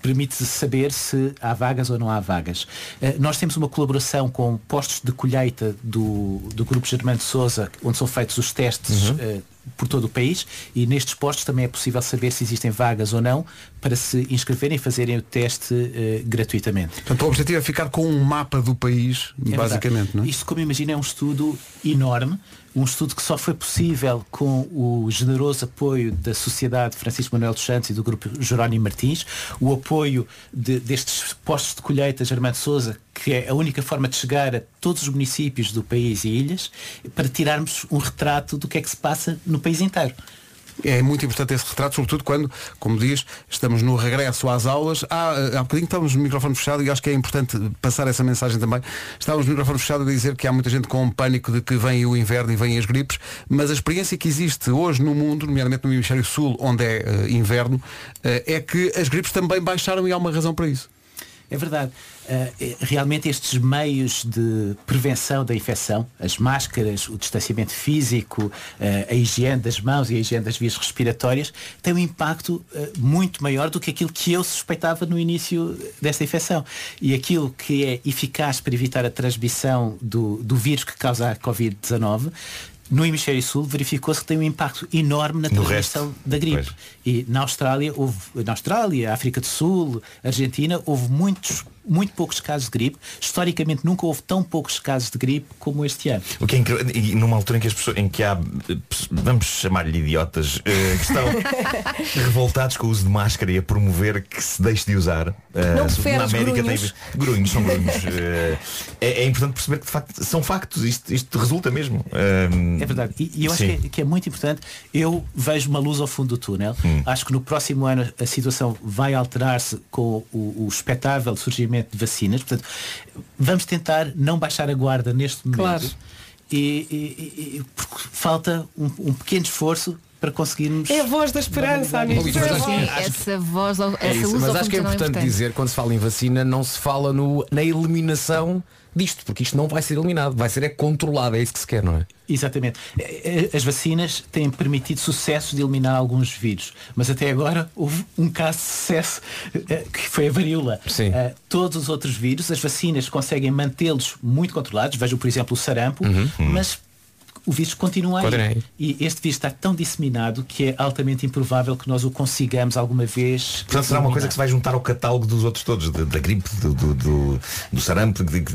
R: permite saber se há vagas ou não há vagas. Eh, Nós temos uma colaboração com postos de colheita do, do Grupo Germano de Souza, onde são feitos os testes eh, por todo o país, e nestes postos também é possível saber se existem vagas ou não, para se inscreverem e fazerem o teste eh, gratuitamente.
A: Portanto, o objetivo é ficar com um mapa do país,
R: É
A: basicamente,
R: verdade.
A: não é?
R: Isto, como imagina, é um estudo enorme, um estudo que só foi possível com o generoso apoio da Sociedade Francisco Manuel dos Santos e do Grupo Jerónimo Martins, o apoio de- destes postos de colheita Germano Souza, que é a única forma de chegar a todos os municípios do país e ilhas, para tirarmos um retrato do que é que se passa no país inteiro.
A: É muito importante esse retrato, sobretudo quando, como diz, estamos no regresso às aulas. Há, eh, há bocadinho estávamos no microfone fechado e acho que é importante passar essa mensagem também. Estávamos no microfone fechado a dizer que há muita gente com pânico de que vem o inverno e vêm as gripes, mas a experiência que existe hoje no mundo, nomeadamente no hemisfério sul, onde é eh, inverno, eh, é que as gripes também baixaram e há uma razão para isso.
R: É verdade. Ah, eh, realmente estes meios de prevenção da infecção, as máscaras, o distanciamento físico, ah, a higiene das mãos e a higiene das vias respiratórias, têm um impacto ah, muito maior do que aquilo que eu suspeitava no início desta infecção. E aquilo que é eficaz para evitar a transmissão do, do vírus que causa a Covid-19, no hemisfério sul verificou-se que tem um impacto enorme na
L: No
R: transmissão
L: resto.
R: da gripe. E na Austrália, houve, na Austrália, África do Sul, Argentina, houve muitos, muito poucos casos de gripe. Historicamente nunca houve tão poucos casos de gripe como este ano.
L: O que é incrível, e numa altura em que as pessoas, em que há, eh, vamos chamar-lhe idiotas, eh, que estão revoltados com o uso de máscara e a promover que se deixe de usar. Eh,
F: Não
L: sobretudo
F: preferes grunhos?
L: tem grunhos, são grunhos. Eh, é, é importante perceber que de facto são factos, isto, isto resulta mesmo. Eh,
R: É verdade. E, e eu acho
L: sim.
R: que é, que é muito importante. Eu vejo uma luz ao fundo do túnel. Acho que no próximo ano a situação vai alterar-se com o, o espetável surgimento de vacinas. Portanto, vamos tentar não baixar a guarda neste momento.
C: Claro.
R: E, e- e- e- porque falta um, um pequeno esforço para conseguirmos.
C: É a voz da esperança, amigo.
F: Luís,
C: É
F: mas
C: a
F: acho que-
C: voz.
F: acho
D: Essa voz, ao- essa
F: É isso,
D: luz
F: mas
D: ao
F: acho que é
D: fundo do túnel
F: importante dizer, quando se fala em vacina, não se fala no, na eliminação disto, porque isto não vai ser eliminado, vai ser é controlado, é isso que se quer, não é?
R: Exatamente. Eh, eh, As vacinas têm permitido sucesso de eliminar alguns vírus, mas até agora houve um caso de sucesso eh, que foi a varíola.
F: Sim.
R: Eh, Todos os outros vírus, as vacinas conseguem mantê-los muito controlados, vejo por exemplo o sarampo,
F: Uhum, uhum.
R: mas o vírus continua
F: Continua
R: aí.
F: aí.
R: E este vírus está tão disseminado que é altamente improvável que nós o consigamos alguma vez.
L: Portanto, será uma
R: eliminar.
L: coisa que se vai juntar ao catálogo dos outros todos, de- da gripe, do, do, do, do sarampo, de- de-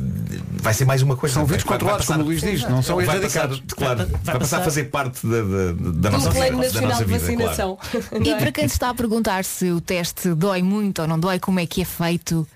L: vai ser mais uma coisa.
A: São
L: Vai-
A: vírus
L: vai- vai
A: controlados,
L: passar-
A: como o Luís diz, não são
L: vai passar,
A: erradicados.
L: Claro, vai,
A: Vai- vai
L: passar a
A: passar-
L: fazer parte da, da, da
C: Do
L: nossa vida.
C: Plano
L: da
C: Nacional
L: nossa
C: de
L: vida,
C: Vacinação.
D: importante. E para quem se está a perguntar se o teste dói muito ou não dói, como é que é feito?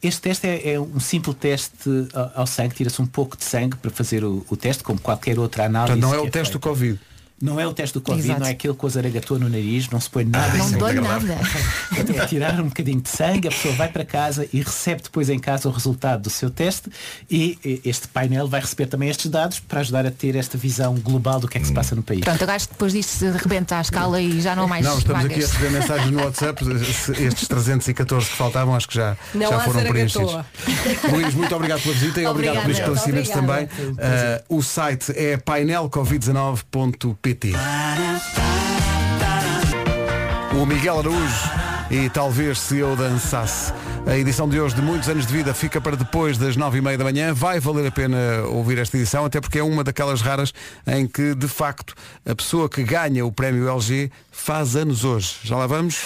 R: Este teste é, é um simples teste ao- ao sangue, tira-se um pouco de sangue para fazer o, o teste, como qualquer outra análise.
A: Portanto, não é
R: que
A: o teste do
R: feita.
A: Covid.
R: Não é o teste do Covid,
A: Exato.
R: não é aquele com a zaragatua no nariz, não se
L: Ah,
R: põe nada.
D: não dói
L: é agradável.
D: nada.
R: É tirar um bocadinho de sangue, a pessoa vai para casa e recebe depois em casa o resultado do seu teste e e, este painel vai receber também estes dados para ajudar a ter esta visão global do que é que
L: Hum.
R: se passa no país.
D: Pronto, eu acho que depois disto se rebenta a escala e já não há mais
A: não, estamos
D: vagas.
A: aqui a receber mensagens no WhatsApp. Se Estes 314 que faltavam, acho que já,
D: Não
A: já
D: há
A: foram
D: zaragatoa.
A: preenchidos. Luís, muito obrigado pela visita e obrigado
D: Obrigada.
A: pelos esclarecimentos também.
D: Obrigada.
A: Ah, o site é painelcovid19.pt. O Miguel Araújo e talvez se eu dançasse. A edição de hoje de Muitos Anos de Vida fica para depois das nove e meia da manhã. Vai valer a pena ouvir esta edição, até porque é uma daquelas raras em que, de facto, a pessoa que ganha o prémio LG faz anos hoje. Já lá vamos?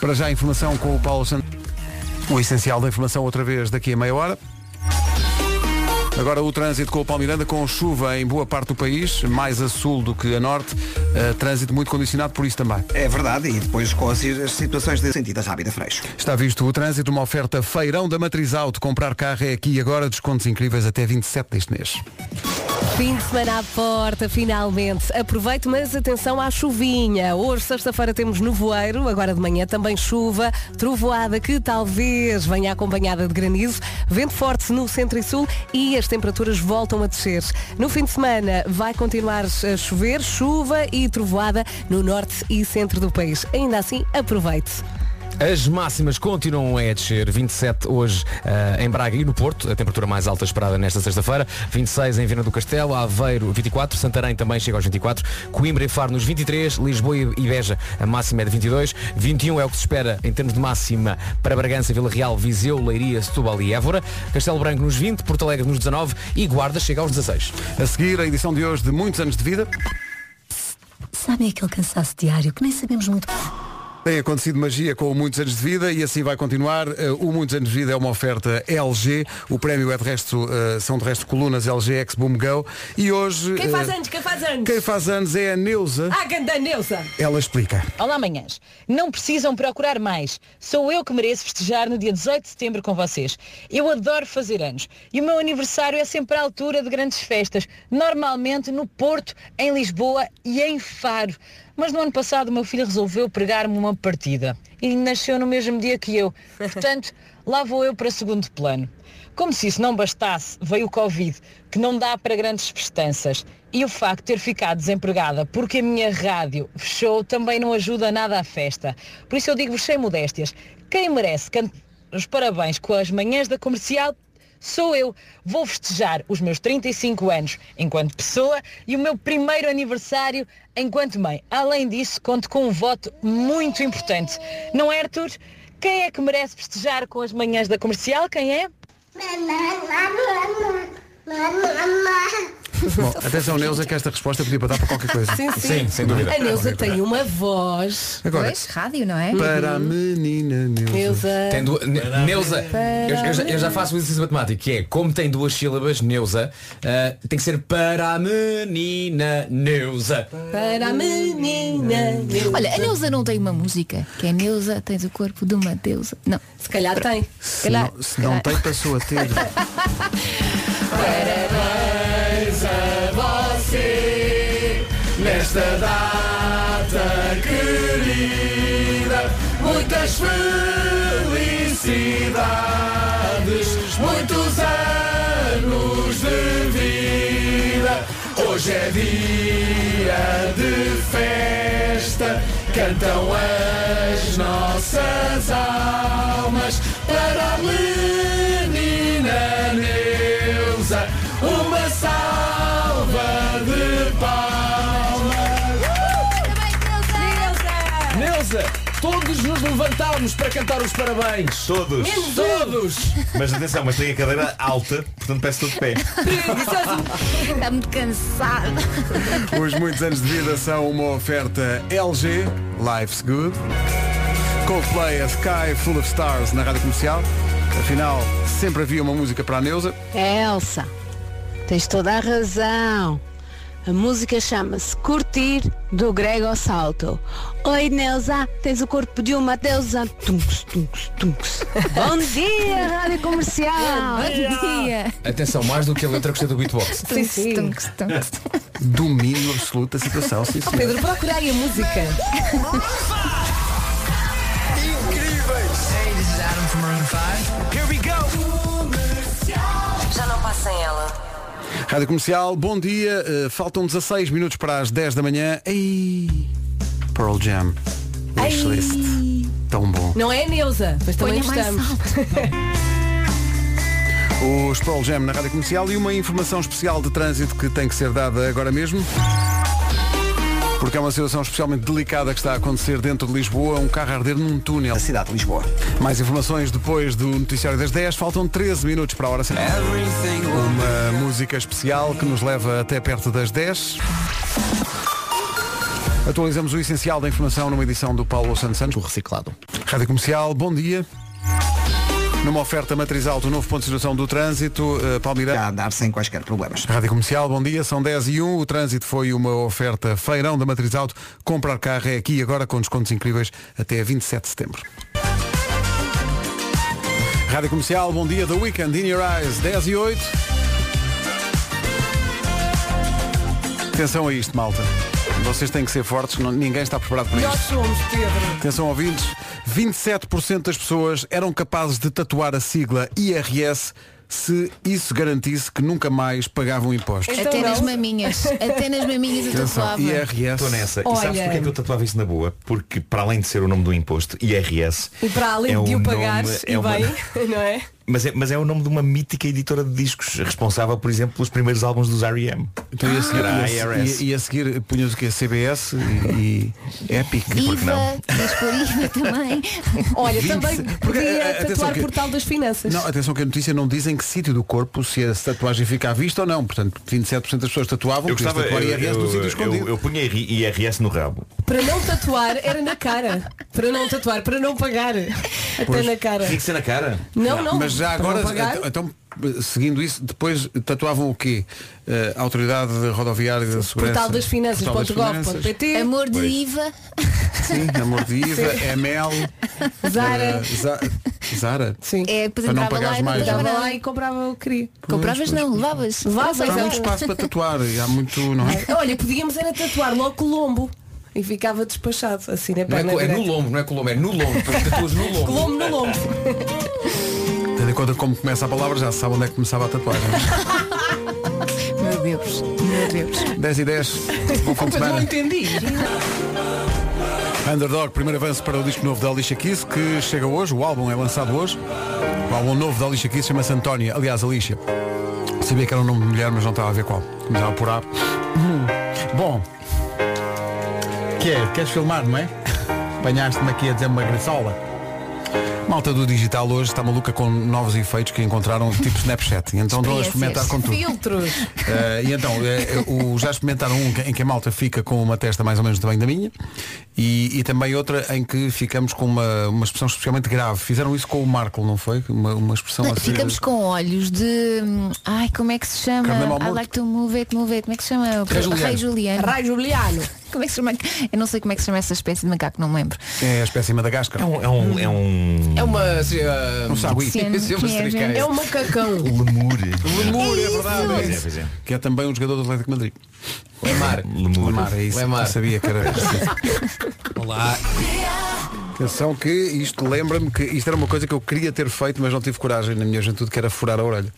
A: Para já a informação com o Paulo Santos. O essencial da informação outra vez daqui a meia hora. Agora o trânsito com o Palmiranda, com chuva em boa parte do país, mais a sul do que a norte, eh, trânsito muito condicionado por isso também.
B: É verdade, e depois com as as situações de sentido rápida freixo.
A: Está visto o trânsito, uma oferta feirão da Matriz Auto. Comprar carro é aqui e agora, descontos incríveis até 27 deste mês.
C: Fim de semana à porta, finalmente. Aproveite, mas atenção à chuvinha. Hoje, sexta-feira, temos nevoeiro, agora de manhã também chuva, trovoada que talvez venha acompanhada de granizo, vento forte no centro e sul e as temperaturas voltam a descer. No fim de semana vai continuar a chover, chuva e trovoada no norte e centro do país. Ainda assim, aproveite.
F: As máximas continuam a descer. 27 hoje eh, em Braga e no Porto, a temperatura mais alta esperada nesta sexta-feira. 26 em Viana do Castelo, Aveiro 24, Santarém também chega aos 24, Coimbra e Faro nos 23, Lisboa e Beja a máxima é de 22, 21 é o que se espera em termos de máxima para Bragança, Vila Real, Viseu, Leiria, Setúbal e Évora, Castelo Branco nos 20, Porto Alegre nos 19 e Guarda chega aos 16.
A: A seguir, a edição de hoje de Muitos Anos de Vida.
S: Sabem aquele cansaço diário que nem sabemos muito.
A: Tem acontecido magia com o Muitos Anos de Vida e assim vai continuar. Eh, O Muitos Anos de Vida é uma oferta LG. O prémio é de resto, eh, são de resto colunas LG X Boom Go. E hoje.
K: Quem faz
A: eh,
K: anos? Quem faz anos?
A: Quem faz anos é a Neuza.
K: Ah, ganda Neuza!
A: Ela explica.
K: Olá, manhãs. Não precisam procurar mais. Sou eu que mereço festejar no dia 18 de setembro com vocês. Eu adoro fazer anos. E o meu aniversário é sempre à altura de grandes festas. Normalmente no Porto, em Lisboa e em Faro. Mas no ano passado o meu filho resolveu pregar-me uma partida. E nasceu no mesmo dia que eu. Portanto, lá vou eu para segundo plano. Como se isso não bastasse, veio o Covid, que não dá para grandes festanças. E o facto de ter ficado desempregada porque a minha rádio fechou também não ajuda nada à festa. Por isso eu digo-vos sem modéstias, quem merece can- os parabéns com as manhãs da comercial sou eu. Vou festejar os meus 35 anos enquanto pessoa e o meu primeiro aniversário enquanto mãe. Além disso, conto com um voto muito importante. Não é, Arthur? Quem é que merece festejar com as manhãs da comercial? Quem é?
A: Bom, atenção, Neuza, que esta resposta podia para dar para qualquer coisa.
C: A Neuza tem uma voz.
A: Agora-
D: Pois, rádio, não é?
A: Para a
C: Hum.
A: menina Neuza.
C: Neuza.
F: Tem duas- Ne- Neuza,
D: Para-
F: eu, eu já, eu já faço um exercício matemático, que é como tem duas sílabas, Neuza, ah, tem que ser para a menina Neuza.
C: Para a menina Neuza.
D: Olha, a Neuza não tem uma música, que é Neuza, tens o corpo de uma deusa. Não.
C: Se calhar tem.
D: Se
A: Se
D: calhar.
A: não, se não tem, passou a ter.
M: Parabéns a você nesta data querida. Muitas felicidades, muitos anos de vida. Hoje é dia de festa, cantam as nossas almas para a menina Neuza. Uma salva de palmas.
F: Neuza, todos nos levantámos para cantar os parabéns.
L: Todos.
F: Todos.
L: Mas atenção, mas tem a cadeira alta, portanto parece todo pé.
D: Está Tá muito cansado.
A: Os muitos anos de vida são uma oferta LG, Life's Good. Coldplay, A Sky Full of Stars na rádio comercial. Afinal, sempre havia uma música para a Neuza.
T: Elsa, tens toda a razão. A música chama-se Curtir do Grego Salto. Oi Neuza, tens o corpo de uma deusa. Tunks, tunks, tunks. Bom dia, Rádio Comercial.
D: Bom dia.
F: Atenção, mais do que a letra gostei do beatbox.
D: Sim, sim. Tunks, tunks.
A: Domínio absoluto da situação, sim,
C: Oh,
A: senhor.
C: Pedro, procura aí a música.
Q: Já não passa em ela.
A: Rádio Comercial, bom dia. Eh, faltam 16 minutos para as 10 da manhã. Ei, Pearl Jam. Wishlist. Tão bom.
C: Não é a Neuza, mas também
D: Ponha mais
C: estamos.
A: Os Pearl Jam na Rádio Comercial e uma informação especial de trânsito que tem que ser dada agora mesmo. Porque é uma situação especialmente delicada que está a acontecer dentro de Lisboa, um carro a arder num túnel. Na
B: cidade de Lisboa.
A: Mais informações depois do Noticiário das 10. Faltam 13 minutos para a hora central. Uma música especial que nos leva até perto das 10. Atualizamos o essencial da informação numa edição do Paulo Santos Santos. O
H: reciclado.
A: Rádio Comercial, bom dia. Numa oferta matriz alto, novo ponto de situação do trânsito, eh, Palmeirão. Já
B: andar sem quaisquer problemas.
A: Rádio Comercial, bom dia, são 10 e 1. O trânsito foi uma oferta feirão da matriz alto. Comprar carro é aqui e agora com descontos incríveis até 27 de setembro. Rádio Comercial, bom dia, The Weekend in Your Eyes, 10 e 8. Atenção a isto, malta. Vocês têm que ser fortes, não- ninguém está preparado para isto.
M: somos, Pedro.
A: Atenção ouvintes, 27% das pessoas eram capazes de tatuar a sigla IRS se isso garantisse que nunca mais pagavam impostos.
D: até nas maminhas. Até nas maminhas eu
A: Atenção,
D: tatuava.
A: IRS.
L: Estou nessa. E
D: Olha.
L: sabes porque é que eu tatuava isso na boa? Porque para além de ser o nome do imposto, IRS.
C: E para além
L: é
C: de o
A: um
L: nome-
C: pagares
L: é
C: e
L: uma-
C: bem, não é?
L: Mas é, mas é o nome de uma mítica editora de discos, responsável, por exemplo, pelos primeiros álbuns dos R.E.M.
A: Então ia seguir,
L: Era a
A: ia,
L: IRS.
A: ia, ia seguir punhas o quê? CBS e, e Epic.
D: IVA, diz por IVA também.
C: Olha,
A: Vinte-
C: também
A: Porque,
C: podia
A: a- a- atenção
C: tatuar
A: que-
C: Portal das Finanças.
A: Não, eh, atenção que a notícia não diz em que sítio do corpo se a tatuagem fica à vista ou não. Portanto, 27% das pessoas tatuavam,
L: Eu
A: podias
L: gostava, eu,
A: tatuar IRS no
L: eu,
A: sítio escondido.
L: eu, eu punha IRS no rabo.
C: Para não tatuar era na cara. Para não tatuar, para não pagar. Até
A: Pois.
C: na cara.
L: ser na cara?
C: Não, não,
A: Mas já
C: para
A: agora,
C: não pagar.
A: então, então, seguindo isso, depois tatuavam o quê? Eh, Autoridade Rodoviária da Segurança.
C: Portal das Finanças,
A: Portal das
C: ponto gov,
A: Finanças.
C: ponto PT.
D: Amor de
A: Pois.
D: IVA.
A: Sim, Amor de Iva,
D: Sim.
A: ML.
C: Zara.
A: eh, Za- Zara.
C: Sim.
D: É,
A: Para não pagares mais.
C: Entrava
A: não. é?
C: lá e comprava o que queria.
D: Compravas não, levavas.
C: Levavas,
A: Há muito
C: exato.
A: um espaço para tatuar e há muito, não é?
C: Olha, podíamos era tatuar logo Colombo. E ficava despachado, assim, né?
F: Não é,
C: perna
F: co- é no
C: direita.
F: lombo, não é colombo, é no lombo. Porque tatuas no lombo.
C: Colombo no lombo.
A: Tendo em conta como começa a palavra, já se sabe onde é que começava a tatuagem.
D: Meu Deus, meu Deus.
A: 10 e 10. Bom fim de
C: Mas não
A: semana.
C: entendi.
A: Underdog, primeiro avanço para o disco novo da Alicia Keys, que chega hoje, o álbum é lançado hoje. O álbum novo da Alicia Keys chama-se Antónia, aliás, Alicia. Sabia que era um nome de mulher, mas não estava a ver qual. Começava por A. Hum. Bom, que é? Queres filmar, não é? Apanhaste-me aqui a dizer uma graçola. Malta do digital hoje está maluca com novos efeitos que encontraram, tipo Snapchat. Então estão a experimentar com tudo.
C: Filtros.
A: Eh, e então, eh, o- já experimentaram um em que a malta fica com uma testa mais ou menos do tamanho da minha e, e também outra em que ficamos com uma, uma expressão especialmente grave. Fizeram isso com o Marco, não foi? Uma, uma expressão
D: Não,
A: assim.
D: Ficamos com olhos de. hum, Ai, como é que se chama?
A: Carnaval
D: I
A: morto.
D: like to move it, move it. Como é que se chama?
A: Rei Juliano.
D: Juliano.
C: Rai Juliano.
D: Como é que se chama? Eu não sei como é que se chama essa espécie de macaco, não me lembro.
A: É a espécie de Madagascar. É
L: um. É um, é um...
F: É uma.
A: um sagui.
D: Sim, sim,
C: É um macacão.
L: Lemur.
A: Lemur, é verdade.
L: Pois é, pois é.
A: Que é também um jogador do Atlético de Madrid.
F: Lemar.
L: Lemur.
A: Lemar, é isso.
F: Lemar.
A: Eu sabia que era. Olá. Atenção que isto lembra-me que isto era uma coisa que eu queria ter feito, mas não tive coragem na minha juventude, que era furar a orelha.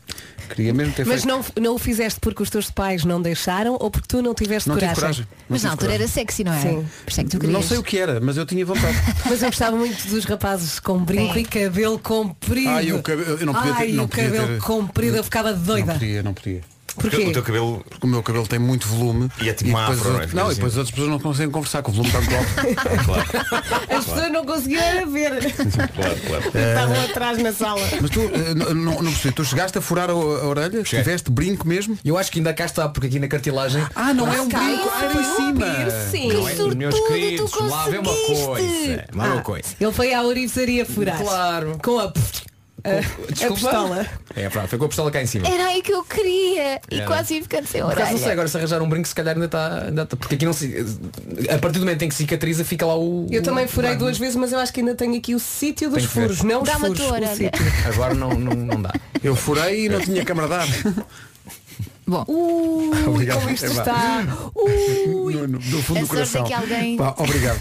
A: Queria mesmo ter
C: Mas
A: feito.
C: não, não o fizeste porque os teus pais não deixaram ou porque tu não tiveste
A: Não tive
C: coragem?
A: coragem. Não
D: Mas na
A: tive
D: altura
A: coragem.
D: era sexy, não era?
C: Sim.
D: Por isso é que tu
A: Não
D: querias.
A: sei o que era, mas eu tinha vontade.
C: Mas eu gostava muito dos rapazes com brinco
D: Sim.
C: e cabelo comprido.
A: Ai, o cabe- eu não podia ter-
C: Ai,
A: não
C: o
A: podia
C: cabelo
A: ter-
C: comprido, eu ficava doida.
A: Não podia, não podia.
C: Porquê? Porque o teu
L: cabelo.
A: Porque o meu cabelo tem muito volume. E é
L: tipo uma
A: depois
L: afro,
A: os-
L: não é?
A: Não,
L: Assim.
A: e depois as outras pessoas não conseguem conversar, que o volume está muito alto.
C: As pessoas não conseguiam era ver.
L: Claro, claro.
C: Estavam atrás na sala.
A: Eh, Mas tu, eh, não, não não percebi, tu chegaste a furar a, a orelha? Tiveste brinco mesmo?
F: Eu acho que ainda cá está, porque aqui na cartilagem.
A: Ah, não é um
F: Cá
A: brinco,
F: está.
A: era em cima.
C: piercing.
F: Não é,
C: Que
F: meus
C: sortudo,
F: queridos,
C: tu
F: lá vem uma
C: conseguiste.
F: coisa. Lá vem é, uma coisa.
C: Ah, Ele foi à ouriçaria furar.
F: Claro.
C: Com a, a, a pistola. É,
F: É, pronto, foi com a pistola cá em cima.
D: Era aí que eu queria. E
F: Era.
D: quase ia ficando sem
F: Por acaso não sei,
D: orelha.
F: agora se arranjar um brinco se calhar ainda está. Ainda tá- porque aqui não se. A partir do momento em que cicatriza fica lá o.
C: Eu também
F: o-
C: furei duas vezes, mas eu acho que ainda tenho aqui o sítio dos
F: Tem que ver.
C: furos, não os
D: Dá-me a
C: furos.
D: tua
C: o
D: orelha.
C: sítio.
F: Agora não, não, não dá.
A: Eu furei e não tinha câmara de ar.
D: Bom.
A: Obrigado. É
C: como isto
A: Epá.
C: está.
A: No, no- do fundo
C: A sorte é
A: do coração.
C: que alguém-
A: Pá, obrigado.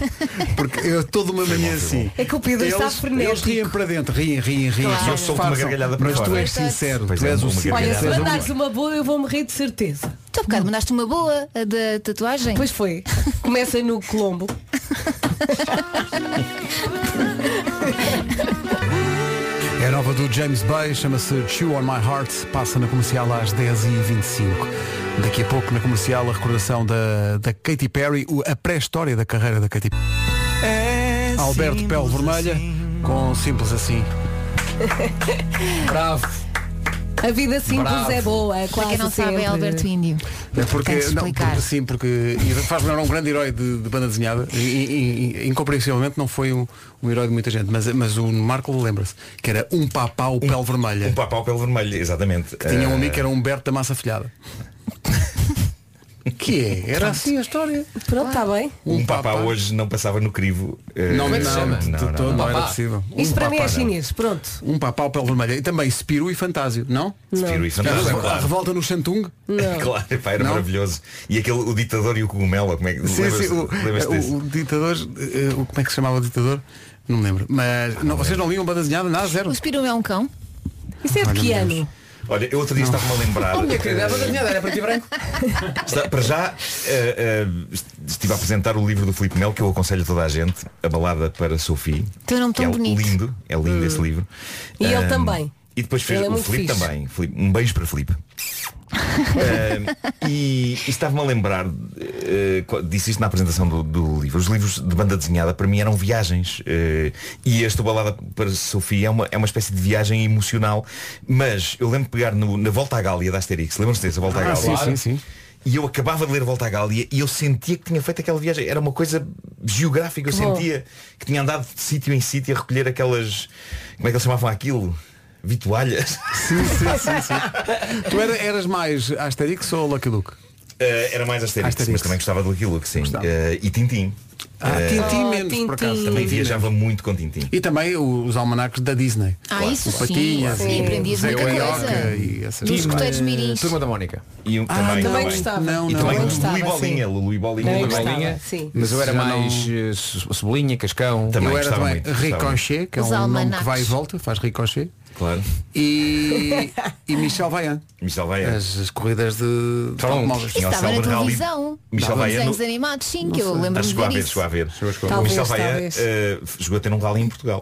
A: Porque eu toda uma manhã assim.
C: É que o Pedro
A: eles,
C: está
A: Eles
C: frenético.
A: riem para dentro, riem, riem, riem.
C: Claro.
A: só
C: Eu solto
A: disfarçam.
L: uma gargalhada para
A: Mas tu
L: fora.
A: és sincero,
L: Pois
A: tu
L: é,
A: és o
L: uma
A: sincero.
C: Olha,
L: gargalhada.
C: se mandares uma boa, eu vou morrer de certeza.
D: Tu há bocado Então, mandaste uma boa a da tatuagem.
C: Pois foi. Começa no Colombo.
A: É a nova nova do James Bay, chama-se Chew on My Heart, passa na comercial às 10h25. Daqui a pouco na comercial a recordação da, da Katy Perry, o- a pré-história da carreira da Katy Perry. É
C: Assim
A: Alberto Pele Vermelha, com simples assim. Bravo!
C: A vida simples
A: Bravo.
C: é boa,
D: Para
C: quase
D: quem não sabe,
C: sempre.
D: é Alberto Índio.
A: É porque,
D: Tem que
A: não,
D: explicar.
A: porque sim, porque e faz lembrar um grande herói de, de banda desenhada e, e- e- incompreensivelmente não foi um, um herói de muita gente, mas, mas o Marco lembra-se que era um papau pele vermelha.
L: Um papau pelo vermelho, exatamente.
A: Que tinha um
L: Eh,
A: amigo que era Humberto da Massa Filhada. que é? Era assim a história.
C: Pronto, está bem.
L: Um papá hoje não passava no crivo. eh,
A: Não,
L: eh,
A: não, de todo, não era possível.
C: Isto para mim é
A: papá, não.
C: chinês, pronto.
A: Um papau pele vermelha. E também Spiro e Fantásio, não?
C: Não.
L: Spiro e Fantásio,
A: A revolta-
L: claro.
A: A revolta no Shantung?
L: claro, pá, era
A: Não?
L: maravilhoso. E aquele, o ditador e o cogumelo, como é que
A: Sim,
L: lembras-
A: sim, o,
L: lembras-te desse?
A: o- o ditador, eh, o, como é que se chamava o ditador? Não me lembro. Mas não, vocês não liam banda desenhada, nada, zero.
D: O Spirão é um cão?
C: Isso é
A: de Olha, que meu ano?
L: Olha, eu outro dia estava-me a lembrar.
D: Oh, minha
L: eh,
D: querida, a banda desenhada era
C: preto e branco.
L: Está- para já eh, eh, estive a apresentar o livro do Filipe Mel que eu aconselho a toda a gente, A Balada para Sophie.
C: Teu nome
L: que
C: tão
L: é
C: bonito.
L: lindo, é lindo
C: Hum.
L: esse livro.
C: E ele
L: Ahm,
C: também.
L: E depois fez
C: Ele é
L: o
C: muito
L: Filipe
C: fixe.
L: também. Filipe, um beijo para Filipe. Ahm, e, e estava-me a lembrar, eh, co- disse isto na apresentação do, do livro, os livros de banda desenhada para mim eram viagens. eh, e este o Balada para Sofia é uma, é uma espécie de viagem emocional. Mas eu lembro de pegar no- na Volta à Gália da Asterix, lembram-se desse, a Volta à
A: Ah,
L: Gália?
A: sim, sim, sim.
L: E eu acabava de ler a Volta à Gália e eu sentia que tinha feito aquela viagem. Era uma coisa geográfica. Eu
A: Que bom.
L: sentia que tinha andado de sítio em sítio a recolher aquelas. Como é que eles chamavam aquilo? Vitualhas.
A: Sim, sim, sim, sim. tu era- eras mais Asterix ou Lucky Luke?
L: Eh, era mais Asterix,
A: Asterix.
L: mas também gostava do Lucky Luke, sim. Eh, e Tintim.
A: Ah,
L: Eh,
A: Tintim Oh, menos, por acaso. Tintim.
L: Também viajava muito com Tintim.
A: E também os almanacs da Disney.
L: Ah, isso
A: o
L: sim.
A: Patinhas,
L: Sim,
A: o
L: aprendias
A: Zé
L: muita
A: Carioca
L: coisa.
A: e essas
L: Dos
A: coisas.
L: escuteiros
A: mirins.
F: Turma da Mónica.
L: E eu
A: Ah,
L: também,
A: também gostava. Não,
L: e
A: não,
L: também
A: não
L: o
A: gostava,
L: Luí Bolinha,
A: sim.
L: Luí Bolinha
A: Não
L: também.
A: gostava, sim.
F: Mas eu era
A: Já não-
F: mais eh, ce- cebolinha, cascão.
A: eu era também Ricochet, que é um nome que vai e volta, faz Ricochet.
L: Claro.
A: E, e Michel Vaillant.
L: Michel Vaillant.
A: As, as corridas de, de automóveis.
D: Isso estava na televisão.
L: Michel é
D: Nos
L: Baiano-
D: desenhos animados, sim, que eu
L: Ah,
D: lembro-me de
L: chegou a
D: ver
L: ver,
D: isso.
L: chegou a ver. o
D: Talvez,
L: Michel Vaia
A: eh,
D: talvez.
L: jogou a ter um rally em Portugal,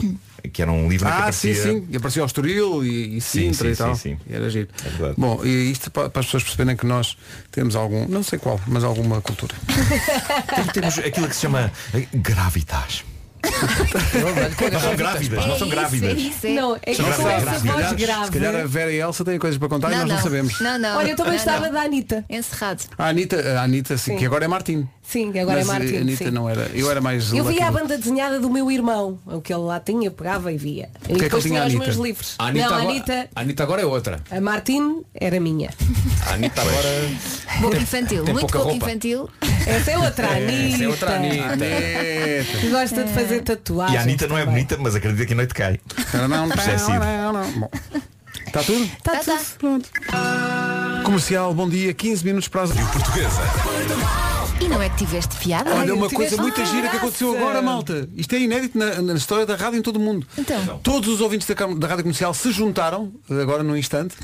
L: que era um livro em que
A: Hum. Ah, sim,
L: aparecia...
A: sim. E aparecia ao Estoril e, e
L: Sim,
A: Sintra
L: sim,
A: e tal.
L: sim, sim.
A: Era giro.
L: É verdade.
A: Bom, e isto pa- para, as pessoas perceberem que nós temos algum, não sei qual, mas alguma cultura.
L: Tem- Temos aquilo que se chama eh, gravitas. Não são
M: É
L: grávidas, não são grávidas.
C: Não, é que
L: São
C: com
L: grávidas.
C: essa voz
L: Gravidades.
C: grave.
A: Se calhar a Vera e a Elsa têm coisas para contar e nós não, sabemos.
D: Não, não.
C: Olha, eu também
D: não,
C: estava
D: não.
C: da Anitta.
D: Encerrado.
A: A Anitta, a Anitta sim,
C: Sim.
A: que agora é Martim.
C: Sim, agora
A: Mas,
C: é Martin.
A: A Anitta
C: sim.
A: não era. Eu era mais.
C: Eu
A: Lucky
C: via a
A: Luke.
C: banda desenhada do meu irmão, o que ele lá tinha, pegava e via.
A: que é
C: e
A: que
C: depois
A: ele tinha,
C: tinha os
A: Anitta?
C: meus livros.
F: A Anitta
C: não, a
F: agora-
C: Anitta,
F: A Anitta agora é outra.
C: a Martin era minha.
F: A Anitta agora.
D: Pouco infantil,
F: tem
D: muito
F: pouca
D: pouco
F: roupa.
D: infantil.
C: Essa é outra Anitta.
L: Essa é outra Anitta.
C: Que gosta de fazer tatuagens.
L: E a Anitta não é bonita, mas acredita que a noite cai.
A: não,
L: Isto é sido.
A: Está Tá tudo?
D: Tá,
C: Está tudo. Pronto.
A: Comercial, bom dia, 15 minutos para as. Portuguesa.
D: E não é que tiveste Ah, piada?
A: Olha, uma coisa muito gira que aconteceu agora, malta. Isto é inédito na, na história da rádio em todo o mundo.
D: Então.
A: Todos os ouvintes da, Câmara- da Rádio Comercial se juntaram, agora num instante.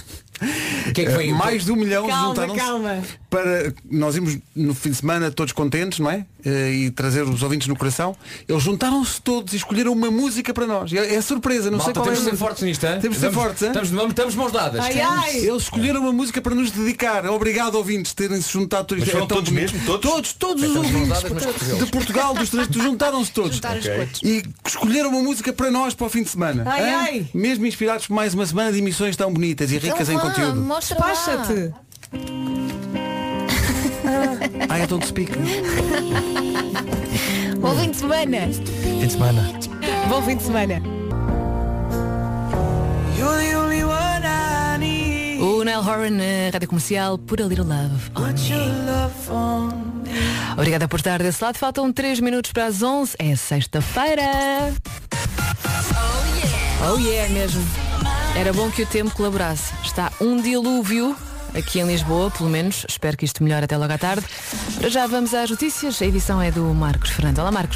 F: que é que
A: Eh,
F: veio?
A: Mais de um milhão
C: Calma,
A: juntaram-se
C: calma.
A: para nós irmos no fim de semana todos contentes, não é? Eh, E trazer os ouvintes no coração. Eles juntaram-se todos e escolheram uma música para nós. E É, é surpresa, não sei
F: Malta,
A: qual
F: temos
A: é. a
F: de ser
A: música.
F: fortes nisto, hein?
A: Temos de ser
F: Estamos-
A: fortes, hein?
F: estamos de mão- estamos de mãos dadas. Ai, ai.
A: Eles escolheram uma música para nos dedicar. É Obrigado, ouvintes, terem-se juntado todos.
L: Mas foram
A: É tão
L: todos
A: bonito.
L: mesmo?
A: Todos, todos os
L: Estamos de mãos
A: ouvintes
L: dadas, mas com cotovelos.
A: de Portugal, dos três, juntaram-se todos.
L: Juntaram os Ok. cotos.
A: E escolheram uma música para nós para o fim de semana.
C: Ai,
A: Hã?
C: ai.
A: Mesmo inspirados por mais uma semana de emissões tão bonitas
D: Então
U: Então
A: e ricas em conteúdo.
D: Mostra
C: Despacha-te.
A: I don't speak.
D: Bom fim de semana.
A: Fim de semana.
C: Bom fim de semana.
U: O Nile Horan na Rádio Comercial por A Little Love. On Me. Obrigada por estar desse lado. Faltam 3 minutos para as 11. É sexta-feira. Oh yeah. mesmo. Era bom que o tempo colaborasse. Está um dilúvio aqui em Lisboa, pelo menos. Espero que isto melhore até logo à tarde. Para já vamos às notícias. A edição é do Marcos Fernando. Olá, Marcos.